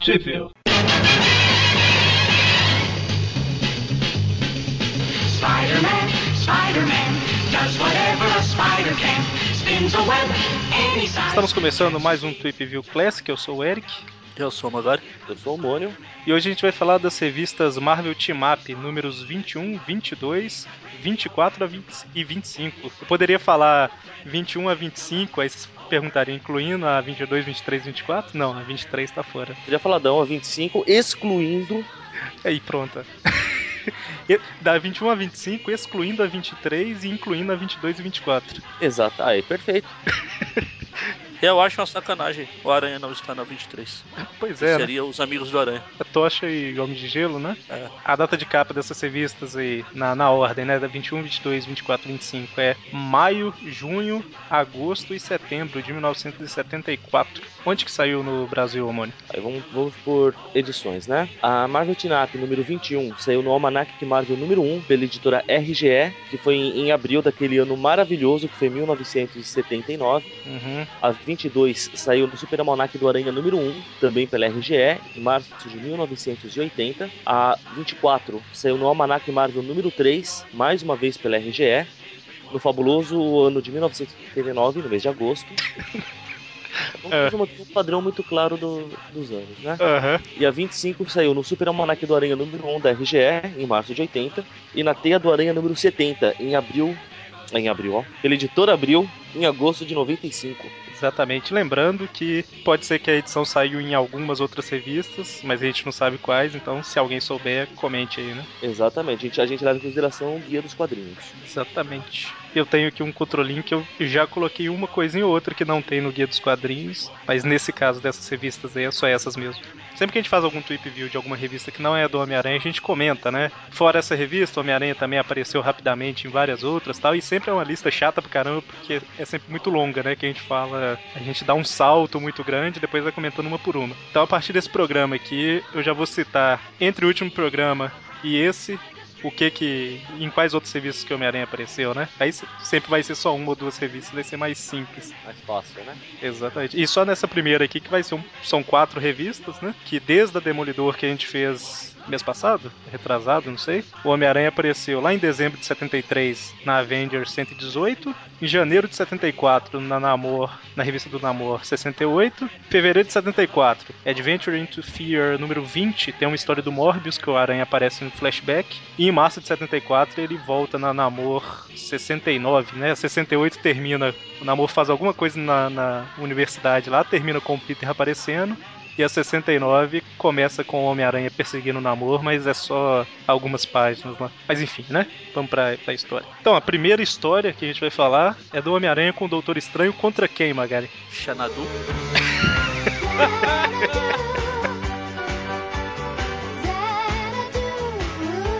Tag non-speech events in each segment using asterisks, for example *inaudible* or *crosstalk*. Sheffield. Spider-Man, Spider-Man, does whatever a spider can. Spins a web any size. Estamos começando mais um Tweep View Classic, eu sou o Eric. Eu sou o Magari. Eu sou o Mônio. E hoje a gente vai falar das revistas Marvel Team Up, números 21, 22, 24 a 20 e 25. Eu poderia falar 21 a 25, aí vocês perguntariam, incluindo a 22, 23, 24? Não, a 23 tá fora. Podia falar da 1 a 25, excluindo. Aí, pronta. *laughs* E- Da 21 a 25, excluindo a 23 e incluindo a 22 e 24. Exato. Aí, perfeito. Eu acho uma sacanagem o Aranha não estar na 23. Pois é, né? Seria os amigos do Aranha. A Tocha e Homem de Gelo, né? É. A data de capa dessas revistas aí, na, na ordem, né? Da 21, 22, 24, 25 é maio, junho, agosto e setembro de 1974. Onde que saiu no Brasil, Mônio? Aí vamos, vamos por edições, né? A Marvel Tinap número 21 saiu no Almanac de Marvel número 1 pela editora RGE, que foi em, em abril daquele ano maravilhoso que foi 1979. Uhum. A 22 saiu no Super Almanac do Aranha número 1, também pela RGE, em março de 1980. A 24 saiu no Almanac Marvel número 3, mais uma vez pela RGE, no fabuloso ano de 1989, no mês de agosto. É. Vamos fazer um padrão muito claro do- dos anos, né? Aham. E a 25 saiu no Super Almanac do Aranha número 1 da RGE, em março de 80, e na Teia do Aranha número 70, em abril. Em abril, ó. Pela editora Abril, em agosto de 95. Exatamente. Lembrando que pode ser que a edição saiu em algumas outras revistas, mas a gente não sabe quais, então se alguém souber, comente aí, né? Exatamente, a gente, a gente leva em consideração o guia dos quadrinhos. Exatamente. Eu tenho aqui um controlinho que eu já coloquei uma coisinha ou outra que não tem no Guia dos Quadrinhos, mas nesse caso dessas revistas aí é só essas mesmo. Sempre que a gente faz algum tweet view de alguma revista que não é do Homem-Aranha, a gente comenta, né? Fora essa revista, o Homem-Aranha também apareceu rapidamente em várias outras tal, e sempre é uma lista chata pra caramba, porque é sempre muito longa, né? Que a gente fala, a gente dá um salto muito grande e depois vai comentando uma por uma. Então a partir desse programa aqui, eu já vou citar entre o último programa e esse, o que que. em quais outros serviços que o Homem-Aranha apareceu, né? Aí se- sempre vai ser só uma ou duas revistas, vai ser mais simples. Mais fácil, né? Exatamente. E só nessa primeira aqui, que vai ser um, são quatro revistas, né? Que desde a Demolidor que a gente fez mês passado, retrasado, não sei, o Homem-Aranha apareceu lá em dezembro de 73 na Avengers 118, em janeiro de 74 na Namor, na revista do Namor 68, fevereiro de 74, Adventure into Fear número 20, tem uma história do Morbius que o Aranha aparece no flashback, e em março de 74 ele volta na Namor 69, né? 68 termina o Namor faz alguma coisa na, na universidade lá, termina com o Peter aparecendo. E a 69 começa com o Homem-Aranha perseguindo o Namor, mas é só algumas páginas lá. Mas enfim, né? Vamos pra, pra história. Então, a primeira história que a gente vai falar é do Homem-Aranha com o Doutor Estranho contra quem, Magali? Xanadu.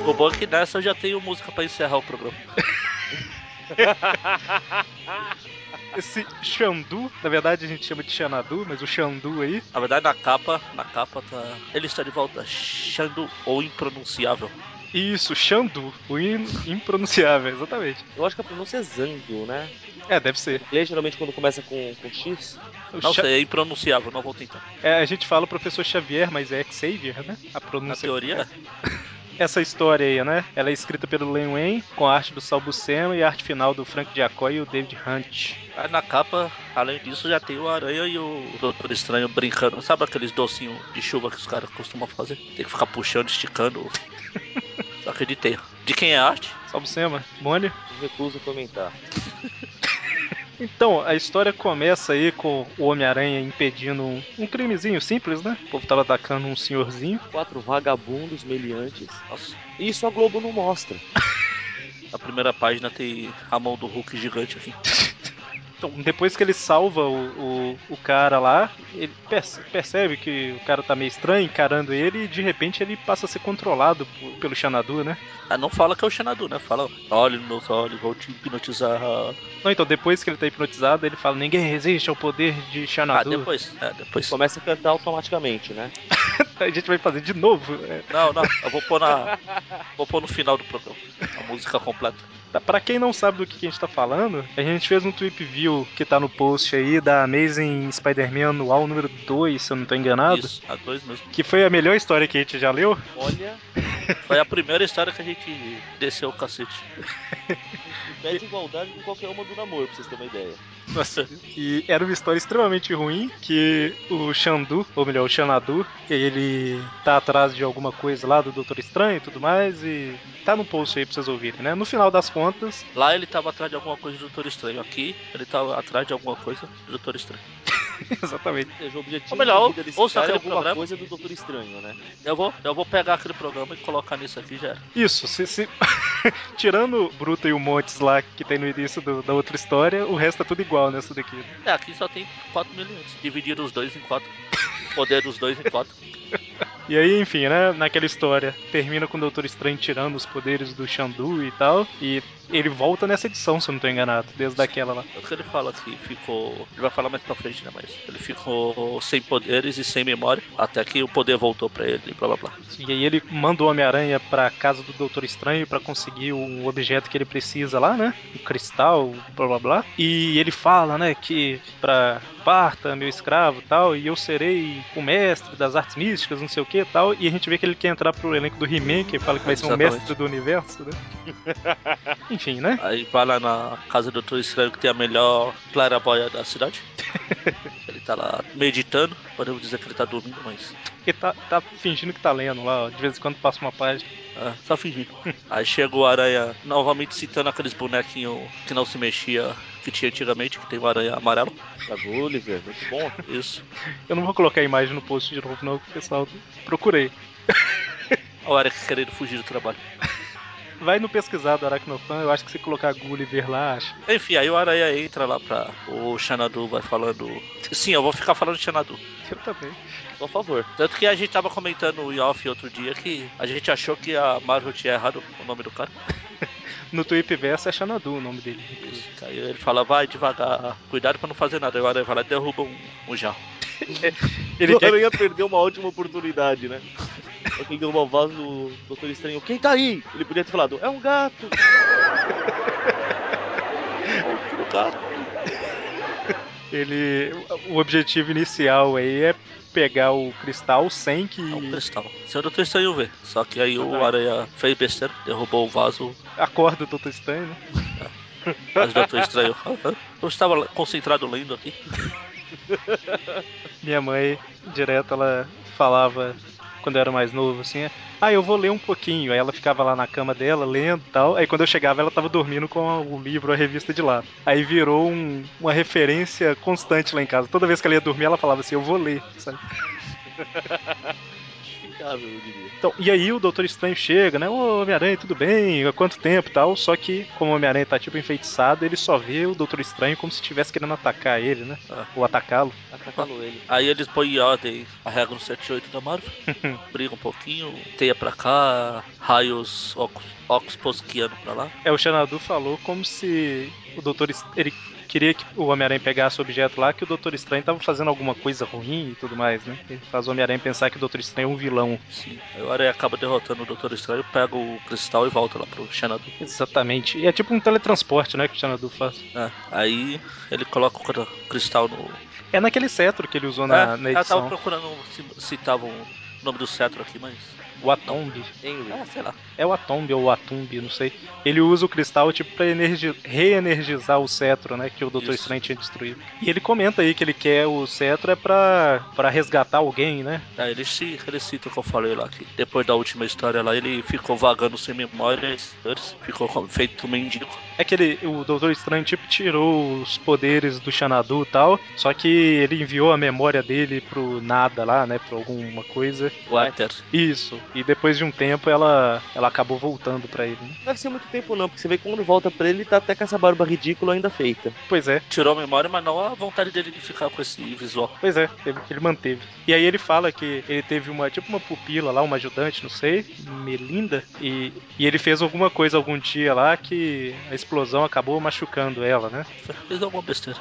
O bom é que nessa eu já tenho música pra encerrar o programa. Esse Xandu, na verdade a gente chama de Xanadu, mas o Xandu aí, Na verdade, na capa, na capa tá. Ele está de volta. Xandu ou impronunciável. isso, Xandu, o in- impronunciável, exatamente. Eu acho que a pronúncia é Zandio, né? É, deve ser. Lê geralmente quando começa com, com X. O Não Xa- sei, é impronunciável, não vou tentar. é, a gente fala o professor Xavier, mas é Xavier, né? A Na pronúncia teoria, essa história aí, né? Ela é escrita pelo Len Wayne, com a arte do Sal Buscema e a arte final do Frank Giacoy e o David Hunt. Aí na capa, além disso, já tem o Aranha e o Doutor Estranho brincando. Sabe aqueles docinhos de chuva que os caras costumam fazer? Tem que ficar puxando, esticando. Só acreditei. De quem é a arte? Sal Buscema, Mônio? Recuso comentar. Então, a história começa aí com o Homem-Aranha impedindo um, um crimezinho simples, né? O povo tava atacando um senhorzinho. Quatro vagabundos meliantes. Nossa, Isso a Globo não mostra. na primeira página tem a mão do Hulk gigante aqui. Então, depois que ele salva o, o, o cara lá, ele perce- percebe que o cara tá meio estranho encarando ele e de repente ele passa a ser controlado por- pelo Xanadu, né? Ah, não fala que é o Xanadu, né? Fala, olha nos meus olhos, vou te hipnotizar. Ah, Não, então depois que ele tá hipnotizado, ele fala: ninguém resiste ao poder de Ah, Xanadu. depois. É, depois. Começa a cantar automaticamente, né? A gente vai fazer de novo. É, Não, não, eu vou pôr na. Vou pôr no final do programa. A música completa. Tá, pra quem não sabe do que a gente tá falando, a gente fez um tweet view que tá no post aí da Amazing Spider-Man anual número 2, se eu não tô enganado. Isso, a dois mesmo. Que foi a melhor história que a gente já leu. Olha, Foi a primeira história que a gente desceu o cacete. pede igualdade com qualquer uma do namoro, pra vocês terem uma ideia. Nossa, E era uma história extremamente ruim que o Xandu, ou melhor, o Xanadu, ele tá atrás de alguma coisa lá do Doutor Estranho e tudo mais. E tá no post aí pra vocês ouvirem, né? No final das contas, *laughs* lá ele tava atrás de alguma coisa do Doutor Estranho. Aqui ele tava atrás de alguma coisa do Doutor Estranho. exatamente. Ou seja, o objetivo Ou melhor, da vida desse ouça cara é aquele alguma programa. coisa do Doutor Estranho, né? Eu vou, eu vou pegar aquele programa e colocar nisso aqui já era. Isso, se, se- *laughs* tirando o Bruto e o Montes lá que tem no início do- da outra história, o resto é tudo igual nessa daqui. né? É, aqui só tem 4 milhões. Dividir os dois em quatro. O poder dos dois em quatro. E aí, enfim, né? Naquela história, termina com o Doutor Estranho tirando os poderes do Xandu e tal. E ele volta nessa edição, se eu não tô enganado, desde aquela lá. É o que ele fala que ficou. Ele vai falar mais pra frente, né? Mas ele ficou sem poderes e sem memória. Até que o poder voltou pra ele, blá blá blá. E aí ele manda o Homem-Aranha pra casa do Doutor Estranho pra conseguir um objeto que ele precisa lá, né? O cristal, blá blá blá. E ele fala, né, que pra parta, meu escravo e tal, e eu serei o mestre das artes místicas, não sei o que e tal. E a gente vê que ele quer entrar pro elenco do He-Man, que fala que vai ser um Exatamente. mestre do universo, né? *laughs* Enfim, né? Aí vai lá na casa do Doutor Estranho que tem a melhor claraboia da *laughs* cidade. ele tá lá meditando. Podemos dizer que ele tá dormindo, mas. Ele tá, tá fingindo que tá lendo lá, ó. De vez em quando passa uma página. Ah, só fingindo. Aí chega o Aranha, novamente citando aqueles bonequinhos que não se mexia, que tinha antigamente, que tem o Aranha amarelo. Da Tá, Gulliver, muito bom. Isso. Eu não vou colocar a imagem no post de novo, não, pessoal. Procurei. O Aranha querendo fugir do trabalho. Vai no pesquisado Aracnofan, eu acho que se colocar Gulliver lá, acha. Enfim, aí o Aranha entra lá pra. O Xanadu vai falando. Sim, eu vou ficar falando de Xanadu. Eu também. Por favor. Tanto que a gente tava comentando em off outro dia que a gente achou que a Marvel tinha errado o nome do cara. No Tweepverse é Xanadu o nome dele. Isso. Aí ele fala, vai devagar, cuidado pra não fazer nada. Aí o Aranha vai lá e derruba um, um jarro. Ele o quer- Aranha perdeu uma ótima oportunidade, né? É que derrubar o vaso do Doutor Estranho. Quem tá aí? Ele podia ter falado, é um gato. Ele. O objetivo inicial aí é pegar o cristal sem que É um cristal. Seu Doutor Estranho vê. Só que aí o Aranha fez besteira, derrubou o vaso. acorda o Doutor Estranho, né? Mas o Doutor Estranho. *laughs* "Ah, Eu estava concentrado lendo aqui. Minha mãe, direto, ela falava quando eu era mais novo, assim, ah, eu vou ler um pouquinho. Aí ela ficava lá na cama dela, lendo e tal. Aí quando eu chegava, ela tava dormindo com o livro, a revista de lado. Aí virou um- uma referência constante lá em casa. Toda vez que ela ia dormir, ela falava assim, eu vou ler, sabe? Justificável, eu diria. Então, e aí o Doutor Estranho chega, né? Ô, Homem-Aranha, tudo bem? Há quanto tempo e tal? Só que, como o Homem-Aranha tá tipo enfeitiçado, ele só vê o Doutor Estranho como se estivesse querendo atacar ele, né? Ah. Ou atacá-lo. Atacando ele. Aí eles põem em ordem a regra no 78 *laughs* da Marvel, brigam um pouquinho, teia pra cá, raios óculos, óculos posquiano pra lá. É, o Xanadu falou como se o Doutor Est- ele queria que o Homem-Aranha pegasse o objeto lá, que o Doutor Estranho tava fazendo alguma coisa ruim e tudo mais, né? Ele faz o Homem-Aranha pensar que o Doutor Estranho é um vilão. Sim. Aí o Aranha acaba derrotando o Doutor Estranho, pega o cristal e volta lá pro Xanadu. Exatamente. E é tipo um teletransporte, né, que o Xanadu faz. É, Aí ele coloca o cra- cristal no. É naquele cetro que ele usou na, É, na eu tava edição. procurando se citava o nome do cetro aqui, mas. O Atombe. Henry. Ah, sei lá. É o Atombe ou o Atumbe, não sei. Ele usa o cristal tipo pra energi- reenergizar o cetro, né, que o Doutor Isso. Estranho tinha destruído. E ele comenta aí que ele quer o cetro é pra, pra resgatar alguém, né? Aí ele, ci- ele cita o que eu falei lá, que depois da última história lá, ele ficou vagando sem memória, ficou com- feito um mendigo. É que ele, o Doutor Estranho tipo tirou os poderes do Xanadu e tal, só que ele enviou a memória dele pro nada lá, né, pra alguma coisa. O Éter. Isso. E depois de um tempo ela ela acabou voltando pra ele, né? Não deve ser muito tempo não, porque você vê que quando volta pra ele, ele tá até com essa barba ridícula ainda feita. Pois é. Tirou a memória, mas não a vontade dele de ficar com esse visual. Pois é, ele- ele manteve. E aí ele fala que ele teve uma tipo uma pupila lá, uma ajudante, não sei, Melinda, e, e ele fez alguma coisa algum dia lá que a explosão acabou machucando ela, né? Fez alguma besteira.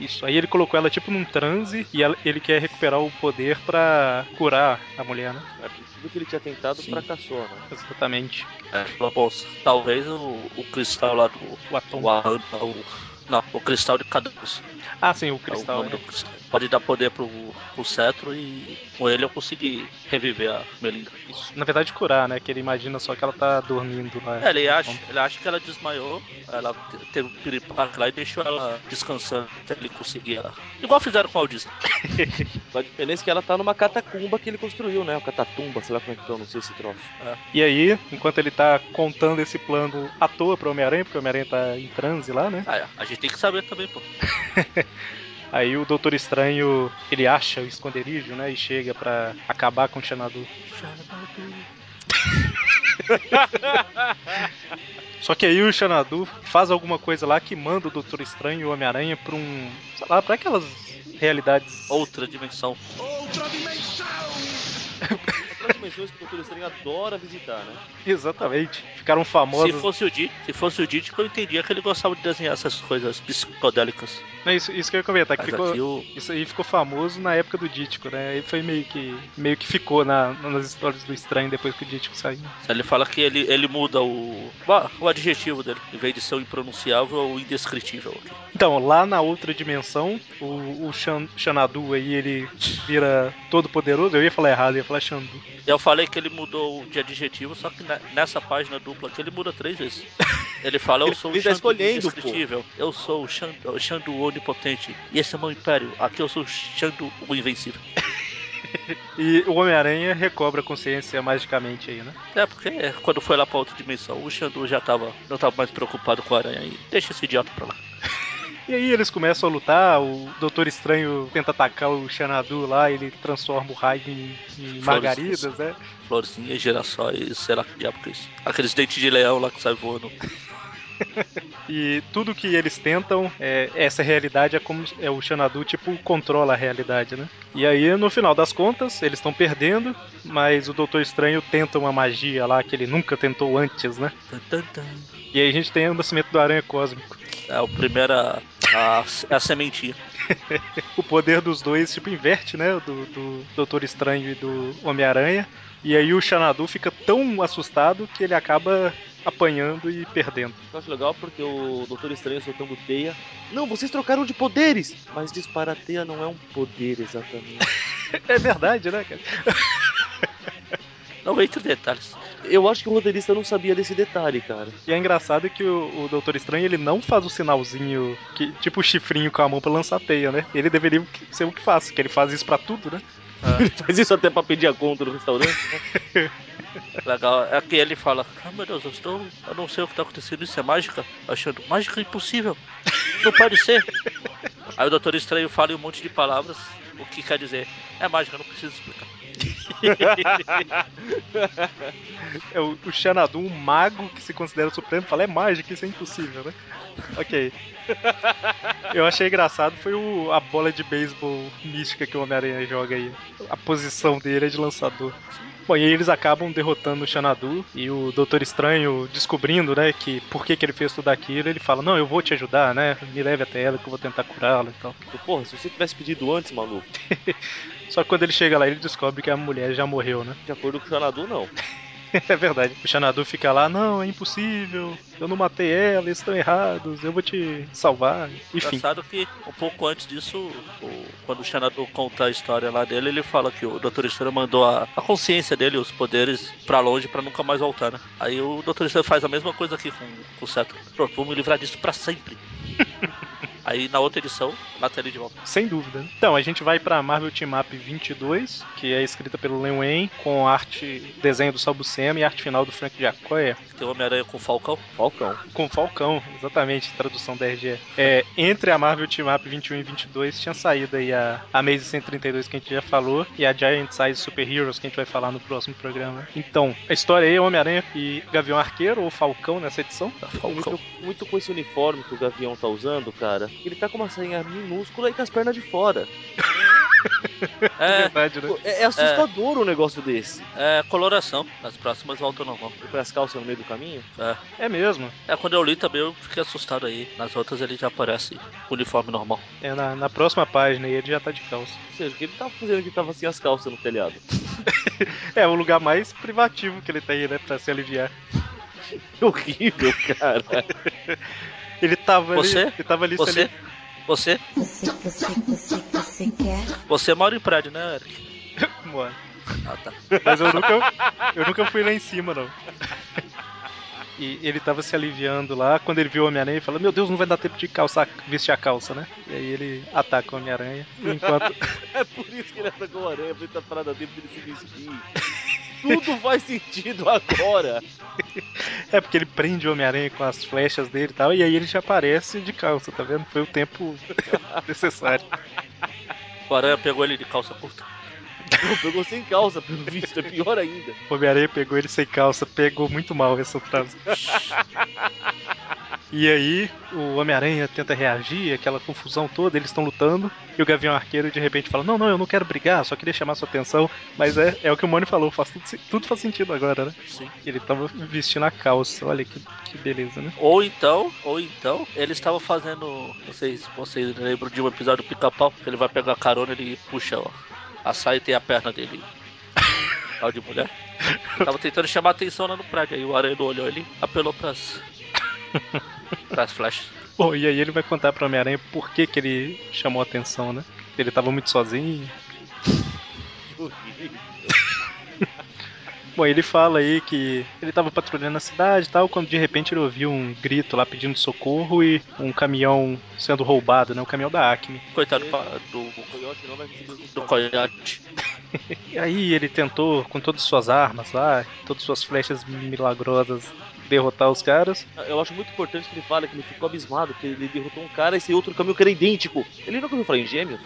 Isso. Aí ele colocou ela tipo num transe e ela- ele quer recuperar o poder pra curar a mulher, né? É, porque Tudo que ele tinha tentado Sim. fracassou, né? Exatamente. É, falou, bom, talvez o, o cristal lá do. O atom. O, Aran- o, não, o cristal de Cadus. Ah, sim, o É o cristal. nome né? do cristal. Pode dar poder pro, pro cetro e com ele eu consegui reviver a Melinda. Isso. Na verdade, curar, né? Que ele imagina só que ela tá dormindo lá. É, ele acha, ele acha que ela desmaiou, ela te- teve um piripaque lá e deixou ela descansando até ele conseguir ela. Igual fizeram com o Aldis. Só a diferença é que ela tá numa catacumba que ele construiu, né? O catatumba, sei lá como é que eu não sei esse troço. E aí, enquanto ele tá contando esse plano à toa pro Homem-Aranha, porque o Homem-Aranha tá em transe lá, né? Ah, é. A gente tem que saber também, pô. Aí o Doutor Estranho, ele acha o esconderijo, né? E chega pra acabar com o Xanadu. *laughs* Só que aí o Xanadu faz alguma coisa lá que manda o Doutor Estranho e o Homem-Aranha pra um. sei lá, pra aquelas realidades. Outra dimensão. Outras dimensões que o Doutor Estranho adora visitar, né? Exatamente. Ficaram Se famosas. fosse o Didi, se fosse o Didi, que eu entendia que ele gostava de desenhar essas coisas psicodélicas. Não, isso, isso que eu ia comentar, É que Mas ficou. aqui o. Isso aí ficou famoso na época do Dítico, né? Aí foi meio que. meio que ficou na, nas histórias do Estranho depois que o Dítico saiu. Ele fala que ele, ele muda o, o adjetivo dele. Em vez de ser o impronunciável, é o indescritível. Então, lá na outra dimensão, o, o Xan- Xanadu aí, ele vira todo poderoso. Eu ia falar errado, eu ia falar Xandu. Eu falei que ele mudou de adjetivo, só que ne- nessa página dupla aqui ele muda três vezes. Ele fala, eu sou Ele o tá Xandu escolhendo, pô. indescritível, eu sou o Xandu, o Xandu onipotente, e esse é meu império, aqui eu sou o Xandu o invencível. E o Homem-Aranha recobra a consciência magicamente aí, né? É, porque quando foi lá pra outra dimensão, o Xandu já tava, não tava mais preocupado com a aranha aí. Deixa esse idiota pra lá. E aí eles começam a lutar, o Doutor Estranho tenta atacar o Xanadu lá, ele transforma o raio em, em margaridas, né? Florzinhas, girassóis, será que diabo que é isso? Aqueles dentes de leão lá que sai voando. E tudo que eles tentam, é, essa realidade é como é o Xanadu, tipo, controla a realidade, né? E aí, no final das contas, eles estão perdendo, mas o Doutor Estranho tenta uma magia lá que ele nunca tentou antes, né? Tan, tan, tan. E aí a gente tem o nascimento do Aranha Cósmico. É o primeiro a, a, a sementinha. O poder dos dois, tipo, inverte, né? Do, do Doutor Estranho e do Homem-Aranha. E aí o Xanadu fica tão assustado que ele acaba apanhando e perdendo. Eu acho legal porque o Doutor Estranho soltando teia. Não, vocês trocaram de poderes! Mas disparar teia não é um poder exatamente. É verdade, né, cara? Não entre detalhes. Eu acho que o roteirista não sabia desse detalhe, cara. E é engraçado que o, o Doutor Estranho ele não faz o sinalzinho, que, tipo o chifrinho com a mão pra lançar teia, né? Ele deveria que- ser o que faz, que ele faz isso pra tudo, né? Ele faz isso até pra pedir a conta no restaurante. Legal, é que ele fala, ah meu Deus, eu estou. Eu não sei o que tá acontecendo, isso é mágica? Achando, mágica é impossível. Não pode ser. Aí o Doutor Estranho fala em um monte de palavras, o que quer dizer. É mágica, não preciso explicar. É o, o Xanadu, um mago que se considera supremo, fala, é mágica, isso é impossível, né? Ok. Eu achei engraçado foi o, a bola de beisebol mística que o Homem-Aranha joga aí. A posição dele é de lançador. Bom, e aí eles acabam derrotando o Xanadu e o Doutor Estranho descobrindo, né, que por que, que ele fez tudo aquilo, ele fala, não, eu vou te ajudar, né, me leve até ela que eu vou tentar curá-la e tal. Tipo, Porra, se você tivesse pedido antes, maluco, Só que quando ele chega lá, ele descobre que a mulher já morreu, né. de acordo com o Xanadu, não. é verdade. O Xanadu fica lá, não, é impossível, eu não matei ela, eles estão errados, eu vou te salvar, enfim. Engraçado que um pouco antes disso, o- quando o Xanadu conta a história lá dele, ele fala que o Doutor Estranho mandou a, a consciência dele, os poderes, pra longe pra nunca mais voltar, né? Aí o Doutor Estranho faz a mesma coisa aqui com, com o Cetro. Pronto, vou me livrar disso pra sempre. Aí na outra edição, lá tá ele de volta. Sem dúvida. né? Então, a gente vai pra Marvel Team Up 22, que é escrita pelo Len Wayne, com arte, desenho do Sal Buscema e arte final do Frank Jacoya. Tem o Homem-Aranha com o Falcão. Falcão. Com Falcão, exatamente, tradução da RGE. É, entre a Marvel Team Up 21 e 22 tinha saído aí a Amazing 132 que a gente já falou e a Giant Size Super Heroes que a gente vai falar no próximo programa. Então, a história aí é Homem-Aranha e Gavião Arqueiro ou Falcão nessa edição. Tá, Eu me Falcão. preocupo muito com esse uniforme que o Gavião tá usando, cara. Ele tá com uma sainha minúscula e com as pernas de fora. *laughs* É, Verdade, né? Pô, É, é assustador um negócio desse. é coloração. As próximas voltam normal. Põe as calças no meio do caminho. É. É mesmo. é, quando eu li também eu fiquei assustado aí. Nas outras ele já aparece com uniforme normal. É na, na próxima página e ele já tá de calça. Ou seja, o que ele tava fazendo que tava sem as calças no telhado? É o lugar mais privativo que ele tem, né? Pra se aliviar. Que É horrível, cara. Ele tava Você? ali. Ele tava ali se Você? ali- Você? Você, você, você, você quer? Você mora em prédio, né, Eric? Mano, Ah, tá. Mas eu nunca, eu nunca fui lá em cima, não. E ele tava se aliviando lá, quando ele viu o Homem-Aranha, ele falou: Meu Deus, não vai dar tempo de calçar, vestir a calça, né? E aí ele ataca o Homem-Aranha. Enquanto. *laughs* *laughs* É por isso que ele atacou o aranha, pra ele tá parado dentro pra ele se vestir. Tudo faz sentido agora. É porque ele prende o Homem-Aranha com as flechas dele e tal, e aí ele já aparece de calça, tá vendo? Foi o tempo *laughs* necessário. O Aranha pegou ele de calça curta. Não, pegou sem calça, pelo visto, é pior ainda. O Homem-Aranha pegou ele sem calça, pegou muito mal essa frase. E aí, o Homem-Aranha tenta reagir, aquela confusão toda, eles estão lutando, e o Gavião Arqueiro de repente fala: Não, não, eu não quero brigar, só queria chamar sua atenção. Mas é, é o que o Mônio falou, faz tudo, se- tudo faz sentido agora, né? Sim. Ele tava vestindo a calça, olha que, que beleza, né? Ou então, ou então, ele estava fazendo. Não sei se vocês lembram de um episódio do pica-pau, que ele vai pegar a carona ele puxa ó, a saia e tem a perna dele. Tal de mulher. Ele Tava tentando chamar a atenção lá no prédio. Aí o aranha não olhou ele apelou pras. pras flechas. Bom, e aí ele vai contar pro Homem-Aranha por que, que ele chamou a atenção, né? Ele tava muito sozinho. Que horrível. Bom, ele fala aí que ele tava patrulhando a cidade e tal, quando de repente ele ouviu um grito lá pedindo socorro e um caminhão sendo roubado, né? O caminhão da Acme. Coitado pa- do, O coiote não vai receber o do coiote. E aí ele tentou, com todas as suas armas lá, todas as suas flechas milagrosas, derrotar os caras. Ah, Eu acho muito importante que ele fale que ele ficou abismado, que ele derrotou um cara e esse outro caminho que era idêntico. Ele nunca ouviu falar em gêmeos?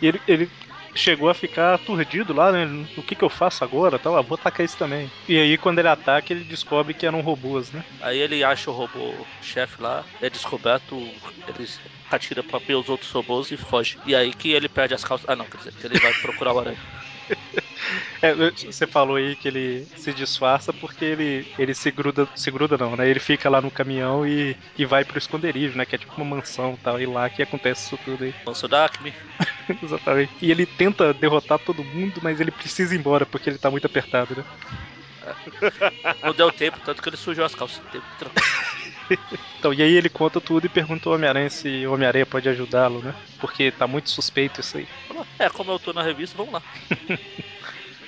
E ele, ele chegou a ficar aturdido lá, né? O que que eu faço agora? Tal, ah, vou atacar isso também. E aí quando ele ataca, ele descobre que eram robôs, né? Aí ele acha o robô chefe lá, é descoberto, ele atira pra ver os outros robôs e foge. E aí que ele perde as calças. Ah não, quer dizer, que ele vai procurar o aranha. É, você falou aí que ele se disfarça porque ele, ele se gruda, se gruda não, né? Ele fica lá no caminhão e, e vai pro esconderijo, né? Que é tipo uma mansão e tal, e lá que acontece isso tudo aí. *laughs* Lança da Acme, Exatamente. E ele tenta derrotar todo mundo, mas ele precisa ir embora porque ele tá muito apertado, né? Não deu tempo, tanto que ele sujou as calças. Teve que trocar. Então, e aí ele conta tudo e pergunta ao Homem-Aranha se o Homem-Aranha pode ajudá-lo, né? Porque tá muito suspeito isso aí. Falou, É, como eu tô na revista, vamos lá.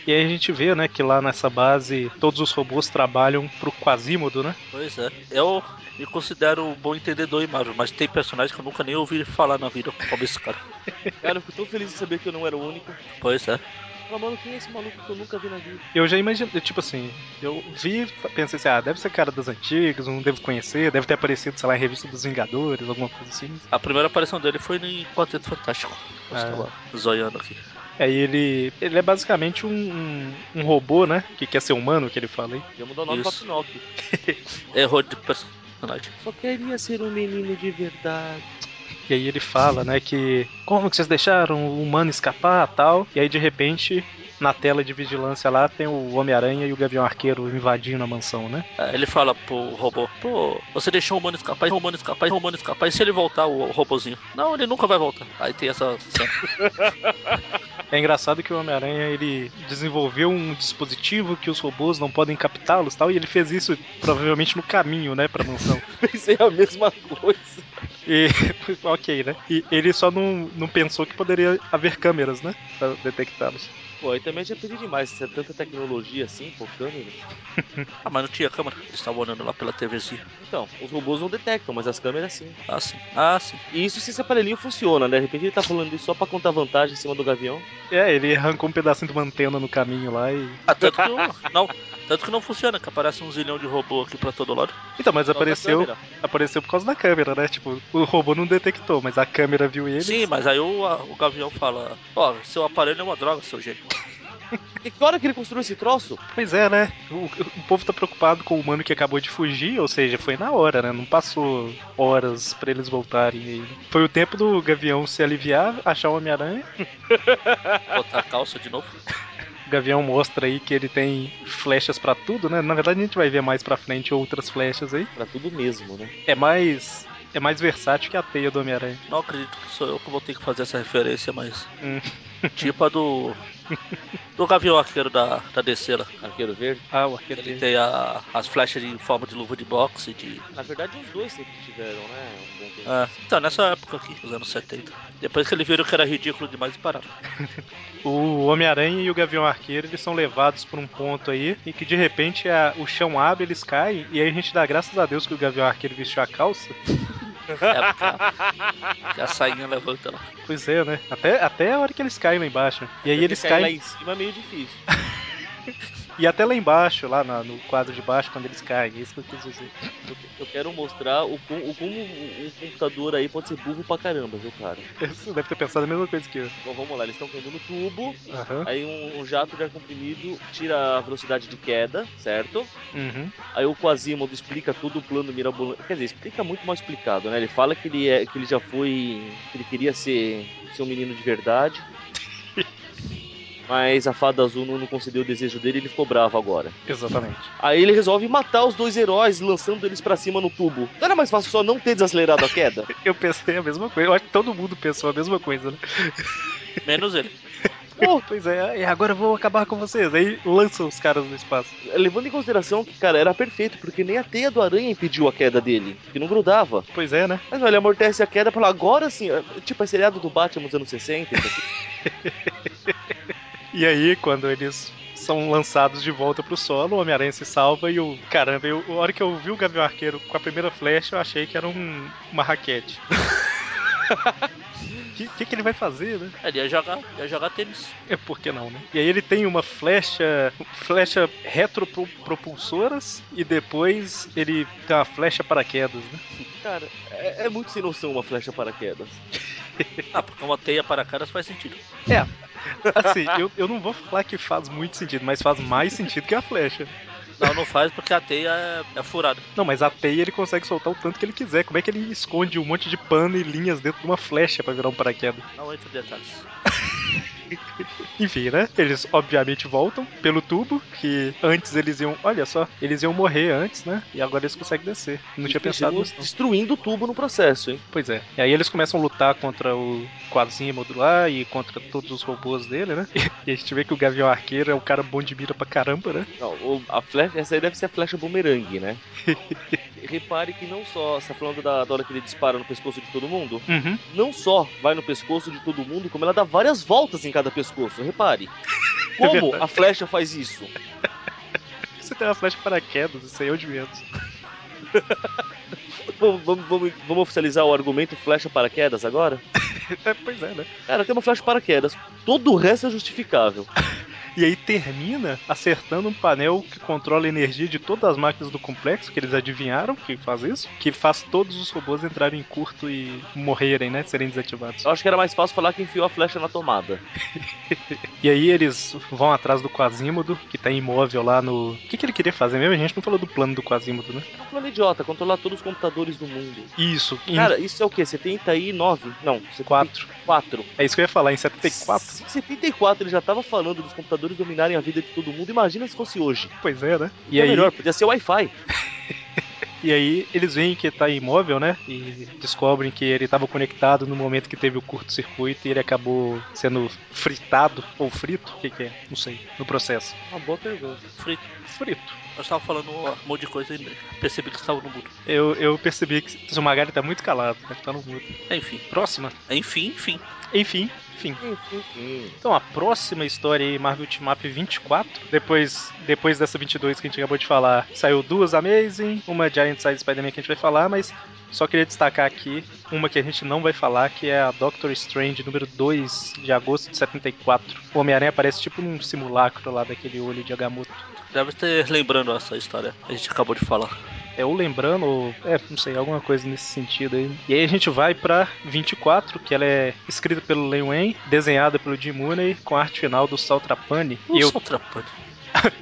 E aí a gente vê, né, que lá nessa base todos os robôs trabalham pro Quasimodo, né? Pois é. Eu me considero um bom entendedor em Marvel, mas tem personagens que eu nunca nem ouvi falar na vida, como esse cara. Cara, eu fico tão feliz de saber que eu não era o único. Pois é. Fala, mano, quem é esse maluco que eu nunca vi na vida? Eu já imaginei, tipo assim, eu vi, pensei assim, ah, deve ser cara das antigas, não devo conhecer, deve ter aparecido, sei lá, em revista dos Vingadores, alguma coisa assim. A primeira aparição dele foi em Quarteto Fantástico. Eu Ah. estava zoiando aqui. Aí ele, ele é basicamente um, um, um robô, né? Que quer ser humano, que ele fala aí. Ia mudar o nome Isso. pra Pinóquio. Errou de personagem. Só queria ser um menino de verdade. E aí ele fala, né, que como que vocês deixaram o humano escapar tal. E aí de repente, na tela de vigilância lá, tem o Homem-Aranha e o Gavião Arqueiro invadindo a mansão, né? É, Ele fala pro robô, pô, você deixou o humano escapar, o humano escapar, o humano escapar, e se ele voltar, o robozinho? Não, ele nunca vai voltar. Aí tem essa cena. É engraçado que o Homem-Aranha ele desenvolveu um dispositivo que os robôs não podem captá-los tal, e ele fez isso provavelmente no caminho, né, pra mansão. *laughs* Pensei a mesma coisa. E *laughs* ok, né? E ele só não, não pensou que poderia haver câmeras, né? Pra detectá-los. Pô, aí também já pedi demais. Se é tanta tecnologia assim, pô, câmeras. Ah, mas não tinha câmera. Eles estavam olhando lá pela TVzinha. Então, os robôs não detectam, mas as câmeras sim. Ah, sim. Ah, sim. E isso se esse aparelhinho funciona, né? De repente ele tá falando isso só pra contar vantagem em cima do gavião. É, ele arrancou um pedacinho de uma antena no caminho lá e. Ah, tanto que não- não, tanto que não funciona, que aparece um zilhão de robô aqui pra todo lado. Então, mas Só pra apareceu, câmera. apareceu por causa da câmera, né? Tipo, o robô não detectou, mas a câmera viu ele. Sim, mas aí o, a- o Gavião fala, ó, seu aparelho é uma droga, seu gênio. E que hora que ele construiu esse troço? Pois é, né? O, o povo tá preocupado com o humano que acabou de fugir, ou seja, foi na hora, né? Não passou horas pra eles voltarem aí. Foi o tempo do Gavião se aliviar, achar o Homem-Aranha. Botar a calça de novo. O Gavião mostra aí que ele tem flechas pra tudo, né? Na verdade, a gente vai ver mais pra frente outras flechas aí. Pra tudo mesmo, né? É mais. É mais versátil que a teia do Homem-Aranha. Não acredito que sou eu que vou ter que fazer essa referência, mas. Hum. Tipo a do. Do Gavião Arqueiro da, da Desceira. Arqueiro Verde. Ah, o arqueiro Ele dele. tem a- as flechas em forma de luva de boxe. De, Na verdade, os dois sempre tiveram, né? Um bom tempo. é. Então, nessa época aqui, dos anos 70. Depois que ele viram que era ridículo demais e pararam. O Homem-Aranha e o Gavião Arqueiro eles são levados pra um ponto aí e que de repente a- o chão abre, eles caem e aí a gente dá graças a Deus que o Gavião Arqueiro vestiu a calça. É, porque Ah. *laughs* a- que a sainha levanta lá. Pois é, né? Até, até a hora que eles caem lá embaixo. né? E aí Porque eles cair caem. lá em cima é meio difícil. E até lá embaixo, lá na- no quadro de baixo, quando eles caem. é Isso que eu quis dizer. Eu, que- eu quero mostrar o, com- o como um um computador aí pode ser burro pra caramba, viu, cara? Você deve ter pensado a mesma coisa que eu. Bom, vamos lá, eles estão caindo no tubo, Aham. aí um, um jato de ar comprimido tira a velocidade de queda, certo? Uhum. Aí o Quasimodo explica todo o plano mirabolante. Quer dizer, explica muito mal explicado, né? Ele fala que ele, é, que ele já foi. que ele queria ser, ser um menino *laughs* de verdade. Mas a fada azul não, não concedeu o desejo dele e ele ficou bravo agora. Exatamente. Aí ele resolve matar os dois heróis, lançando eles pra cima no tubo. Não era mais fácil só não ter desacelerado a queda? Eu pensei a mesma coisa. Eu acho que todo mundo pensou a mesma coisa, né? Menos ele. Pô, pois é, e agora eu vou acabar com vocês. Aí lançam os caras no espaço. Levando em consideração que, cara, era perfeito, porque nem a teia do aranha impediu a queda dele, porque não grudava. Pois é, né? Mas não, ele amortece a queda e fala, agora sim, é- tipo, é seriado do Batman nos anos então, 60. isso aqui. E aí, quando eles são lançados de volta pro solo, o Homem-Aranha se salva e o. Caramba, eu, a hora que eu vi o Gavião Arqueiro com a primeira flecha, eu achei que era um, uma *laughs* raquete. O que, que, que ele vai fazer, né? Ele ia jogar, ia jogar tênis. É por que não, né? E aí ele tem uma flecha, flecha retropropulsoras e depois ele tem uma flecha paraquedas, *laughs* né? *laughs* Cara, é, é muito sem noção uma flecha paraquedas. Ah, porque uma teia para caras faz sentido. Assim, eu, eu não vou falar que faz muito sentido, mas faz mais sentido que a flecha. Não, não faz porque a teia é, é furada. Não, mas a teia ele consegue soltar o tanto que ele quiser. Como é que ele esconde um monte de pano e linhas dentro de uma flecha pra virar um paraquedas? Não entra em detalhes. Enfim, né? Eles obviamente voltam pelo tubo, que antes eles iam. Olha só, eles iam morrer antes, né? E agora eles conseguem descer. Não tinha E pensado chegou nisso. não. Destruindo o tubo no processo, hein? Pois é. E aí eles começam a lutar contra o Quasimodo lá e contra todos os robôs dele, né? *laughs* E a gente vê que o Gavião Arqueiro é um cara bom de mira pra caramba, né? Não, o- a flecha, essa aí deve ser a flecha *laughs* bumerangue, né? Repare que não só, você tá falando da, da hora que ele dispara no pescoço de todo mundo? Uhum. não só vai no pescoço de todo mundo, como ela dá várias voltas em cada pescoço. Repare. Como a flecha faz isso? Você tem uma flecha de paraquedas, isso aí é o de menos. *laughs* Vamos, vamos- vamos- vamos oficializar o argumento flecha paraquedas agora? É, pois é, né? Cara, tem uma flecha paraquedas. Todo o resto é justificável. E aí termina acertando um painel que controla a energia de todas as máquinas do complexo, que eles adivinharam que faz isso, que faz todos os robôs entrarem em curto e morrerem, né? Serem desativados. Eu acho que era mais fácil falar que enfiou a flecha na tomada. E aí eles vão atrás do Quasimodo, que tá imóvel lá no. O que, que ele queria fazer mesmo? A gente não falou do plano do Quasimodo, né? Era um plano idiota, controlar todos os computadores do mundo. Isso, em Cara, isso é o quê? 79? Não, 4. 74. É isso que eu ia falar, em 74? Se Em 74 ele já tava falando dos computadores dominarem a vida de todo mundo. Imagina se fosse hoje. Pois é, né? E E é aí, melhor, podia ser Wi-Fi. e aí eles veem que tá imóvel, né? E descobrem que ele tava conectado no momento que teve o curto-circuito e ele acabou sendo fritado, ou frito, o que que é? Não sei, no processo. Uma boa pergunta. Frito. Frito. Eu estava falando um monte de coisa e percebi que estava no mudo. Eu, eu percebi que o Magali tá muito calado, deve estar no mudo. Enfim. Próxima. Enfim, enfim. Enfim, enfim. Enfim, enfim. Então, a próxima história aí, Marvel Team Up 24. Depois, depois dessa 22 que a gente acabou de falar, saiu duas Amazing, uma Giant Size Spider-Man que a gente vai falar, mas só queria destacar aqui uma que a gente não vai falar, que é a Doctor Strange número 2 de agosto de 74. O Homem-Aranha aparece tipo num simulacro lá daquele olho de Agamotto. Deve ter lembrando essa história. A gente acabou de falar. É ou lembrando, ou. É, não sei, alguma coisa nesse sentido aí. E aí a gente vai pra 24, que ela é escrita pelo Len Wayne, desenhada pelo Jim Mooney, com a arte final do Sal Trapani. E eu Só atrapalha.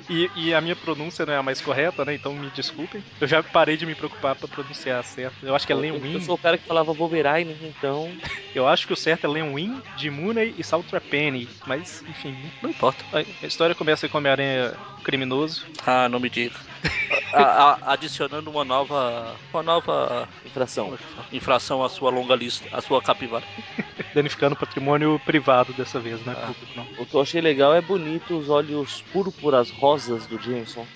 e, e a minha pronúncia não é a mais correta, né? Então me desculpem. Eu já parei de me preocupar pra pronunciar certo. Eu acho que é Len Eu Win. sou o cara que falava Wolverine, então. Eu acho que o certo é Len Win, Jim Mooney e Sal Trapani. Mas, enfim. Não importa. A história começa com Homem-Aranha criminoso. Ah, não *laughs* me diga. A- a- adicionando uma nova. Uma nova Infração. infração à sua longa lista, à sua capivara. danificando o patrimônio privado dessa vez, né? Ah. Público, não. O que eu achei legal é bonito os olhos púrpuras rosas do Jameson.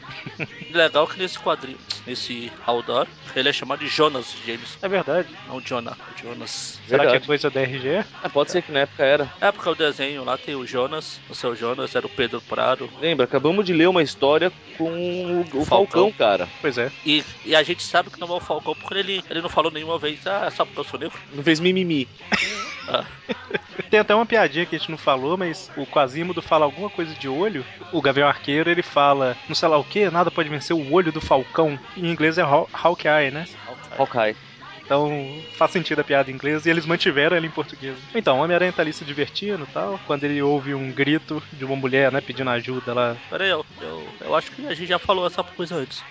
Legal que nesse quadrinho, nesse Aldar, ele é chamado de Jonas James, É verdade. não Jonah, Jonas. Será que é Verdade. coisa da RG? Ah, pode ser que na época era. É porque o desenho lá tem o Jonas, o seu Jonas era o Pedro Prado. Lembra, acabamos de ler uma história com o, o Falcão. Falcão, cara. Pois é. E, e a gente sabe que não é o Falcão porque ele, ele não falou nenhuma vez, ah, só porque eu sou negro. Não fez mimimi. Tem até uma piadinha que a gente não falou, mas o Quasimodo fala alguma coisa de olho. O Gavião Arqueiro, ele fala, não sei lá o que, nada pode vencer o olho do falcão. Em inglês é Haw- Hawkeye, né? Hawkeye. Então faz sentido a piada em inglês e eles mantiveram ela em português. Então, o Homem-Aranha tá ali se divertindo e tal. Quando ele ouve um grito de uma mulher, né, pedindo ajuda lá. Pera aí, eu, eu, eu acho que a gente já falou essa coisa antes.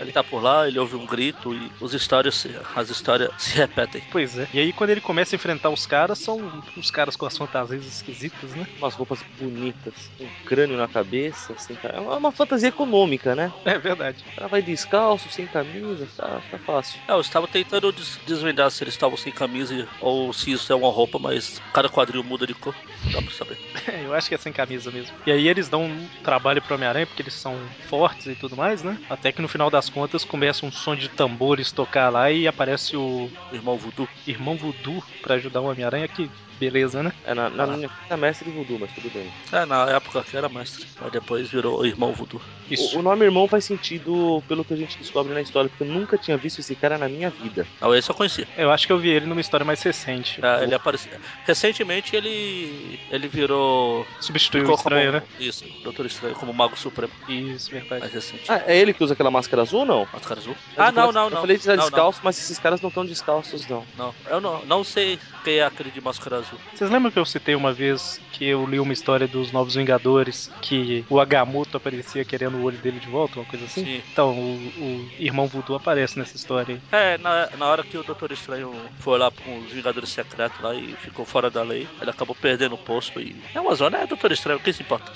ele tá por lá, ele ouve um grito e os histórias, se- as histórias se repetem. Pois é. E aí quando ele começa a enfrentar os caras, são os caras com as fantasias esquisitas, né? *laughs* Umas roupas bonitas. Um crânio na cabeça, assim, cara. É uma- uma fantasia econômica, né? É verdade. O cara vai descalço, sem camisa, tá, tá fácil. É, Eu estava tentando des- desvendar se eles estavam sem camisa e- ou se isso é uma roupa, mas cada quadril muda de cor. Não dá pra saber. É, eu acho que é sem camisa mesmo. E aí eles dão um trabalho pro Homem-Aranha, porque eles são fortes e tudo mais, né? Até que no final das contas começa um som de tambores tocar lá e aparece o O irmão Voodoo. irmão Voodoo pra ajudar o Homem-Aranha, que beleza, né? É na, na Ah. minha quinta mestre de voodoo, mas tudo bem. É, na época que era mestre, mas depois virou o irmão Voodoo. Isso. O, o nome irmão faz sentido pelo que a gente descobre na história, porque eu nunca tinha visto esse cara na minha vida. Não, esse eu conhecia. Eu acho que eu vi ele numa história mais recente. É, ele apareceu. Recentemente ele. ele virou. Substituiu o ficou estranho, como, né? Isso, Doutor Estranho, como Mago Supremo. Isso, verdade. Mais recente. Ah, é ele que usa aquela máscara azul ou não? Máscara azul. Ah, Eu não, falei- não, eu não. falei de estar não, não, descalço, mas esses caras não estão descalços, não. não. Eu não, não sei quem é aquele de máscara azul. Vocês lembram que eu citei uma vez que eu li uma história dos Novos Vingadores que o Agamotto aparecia querendo o olho dele de volta, uma coisa assim? Sim. Então, o, o irmão Voodoo aparece nessa história aí. É, na, na hora que o Doutor Estranho foi lá com os Vingadores Secretos lá e ficou fora da lei, ele acabou perdendo o posto e. É uma zona, é Doutor Estranho, quem se importa?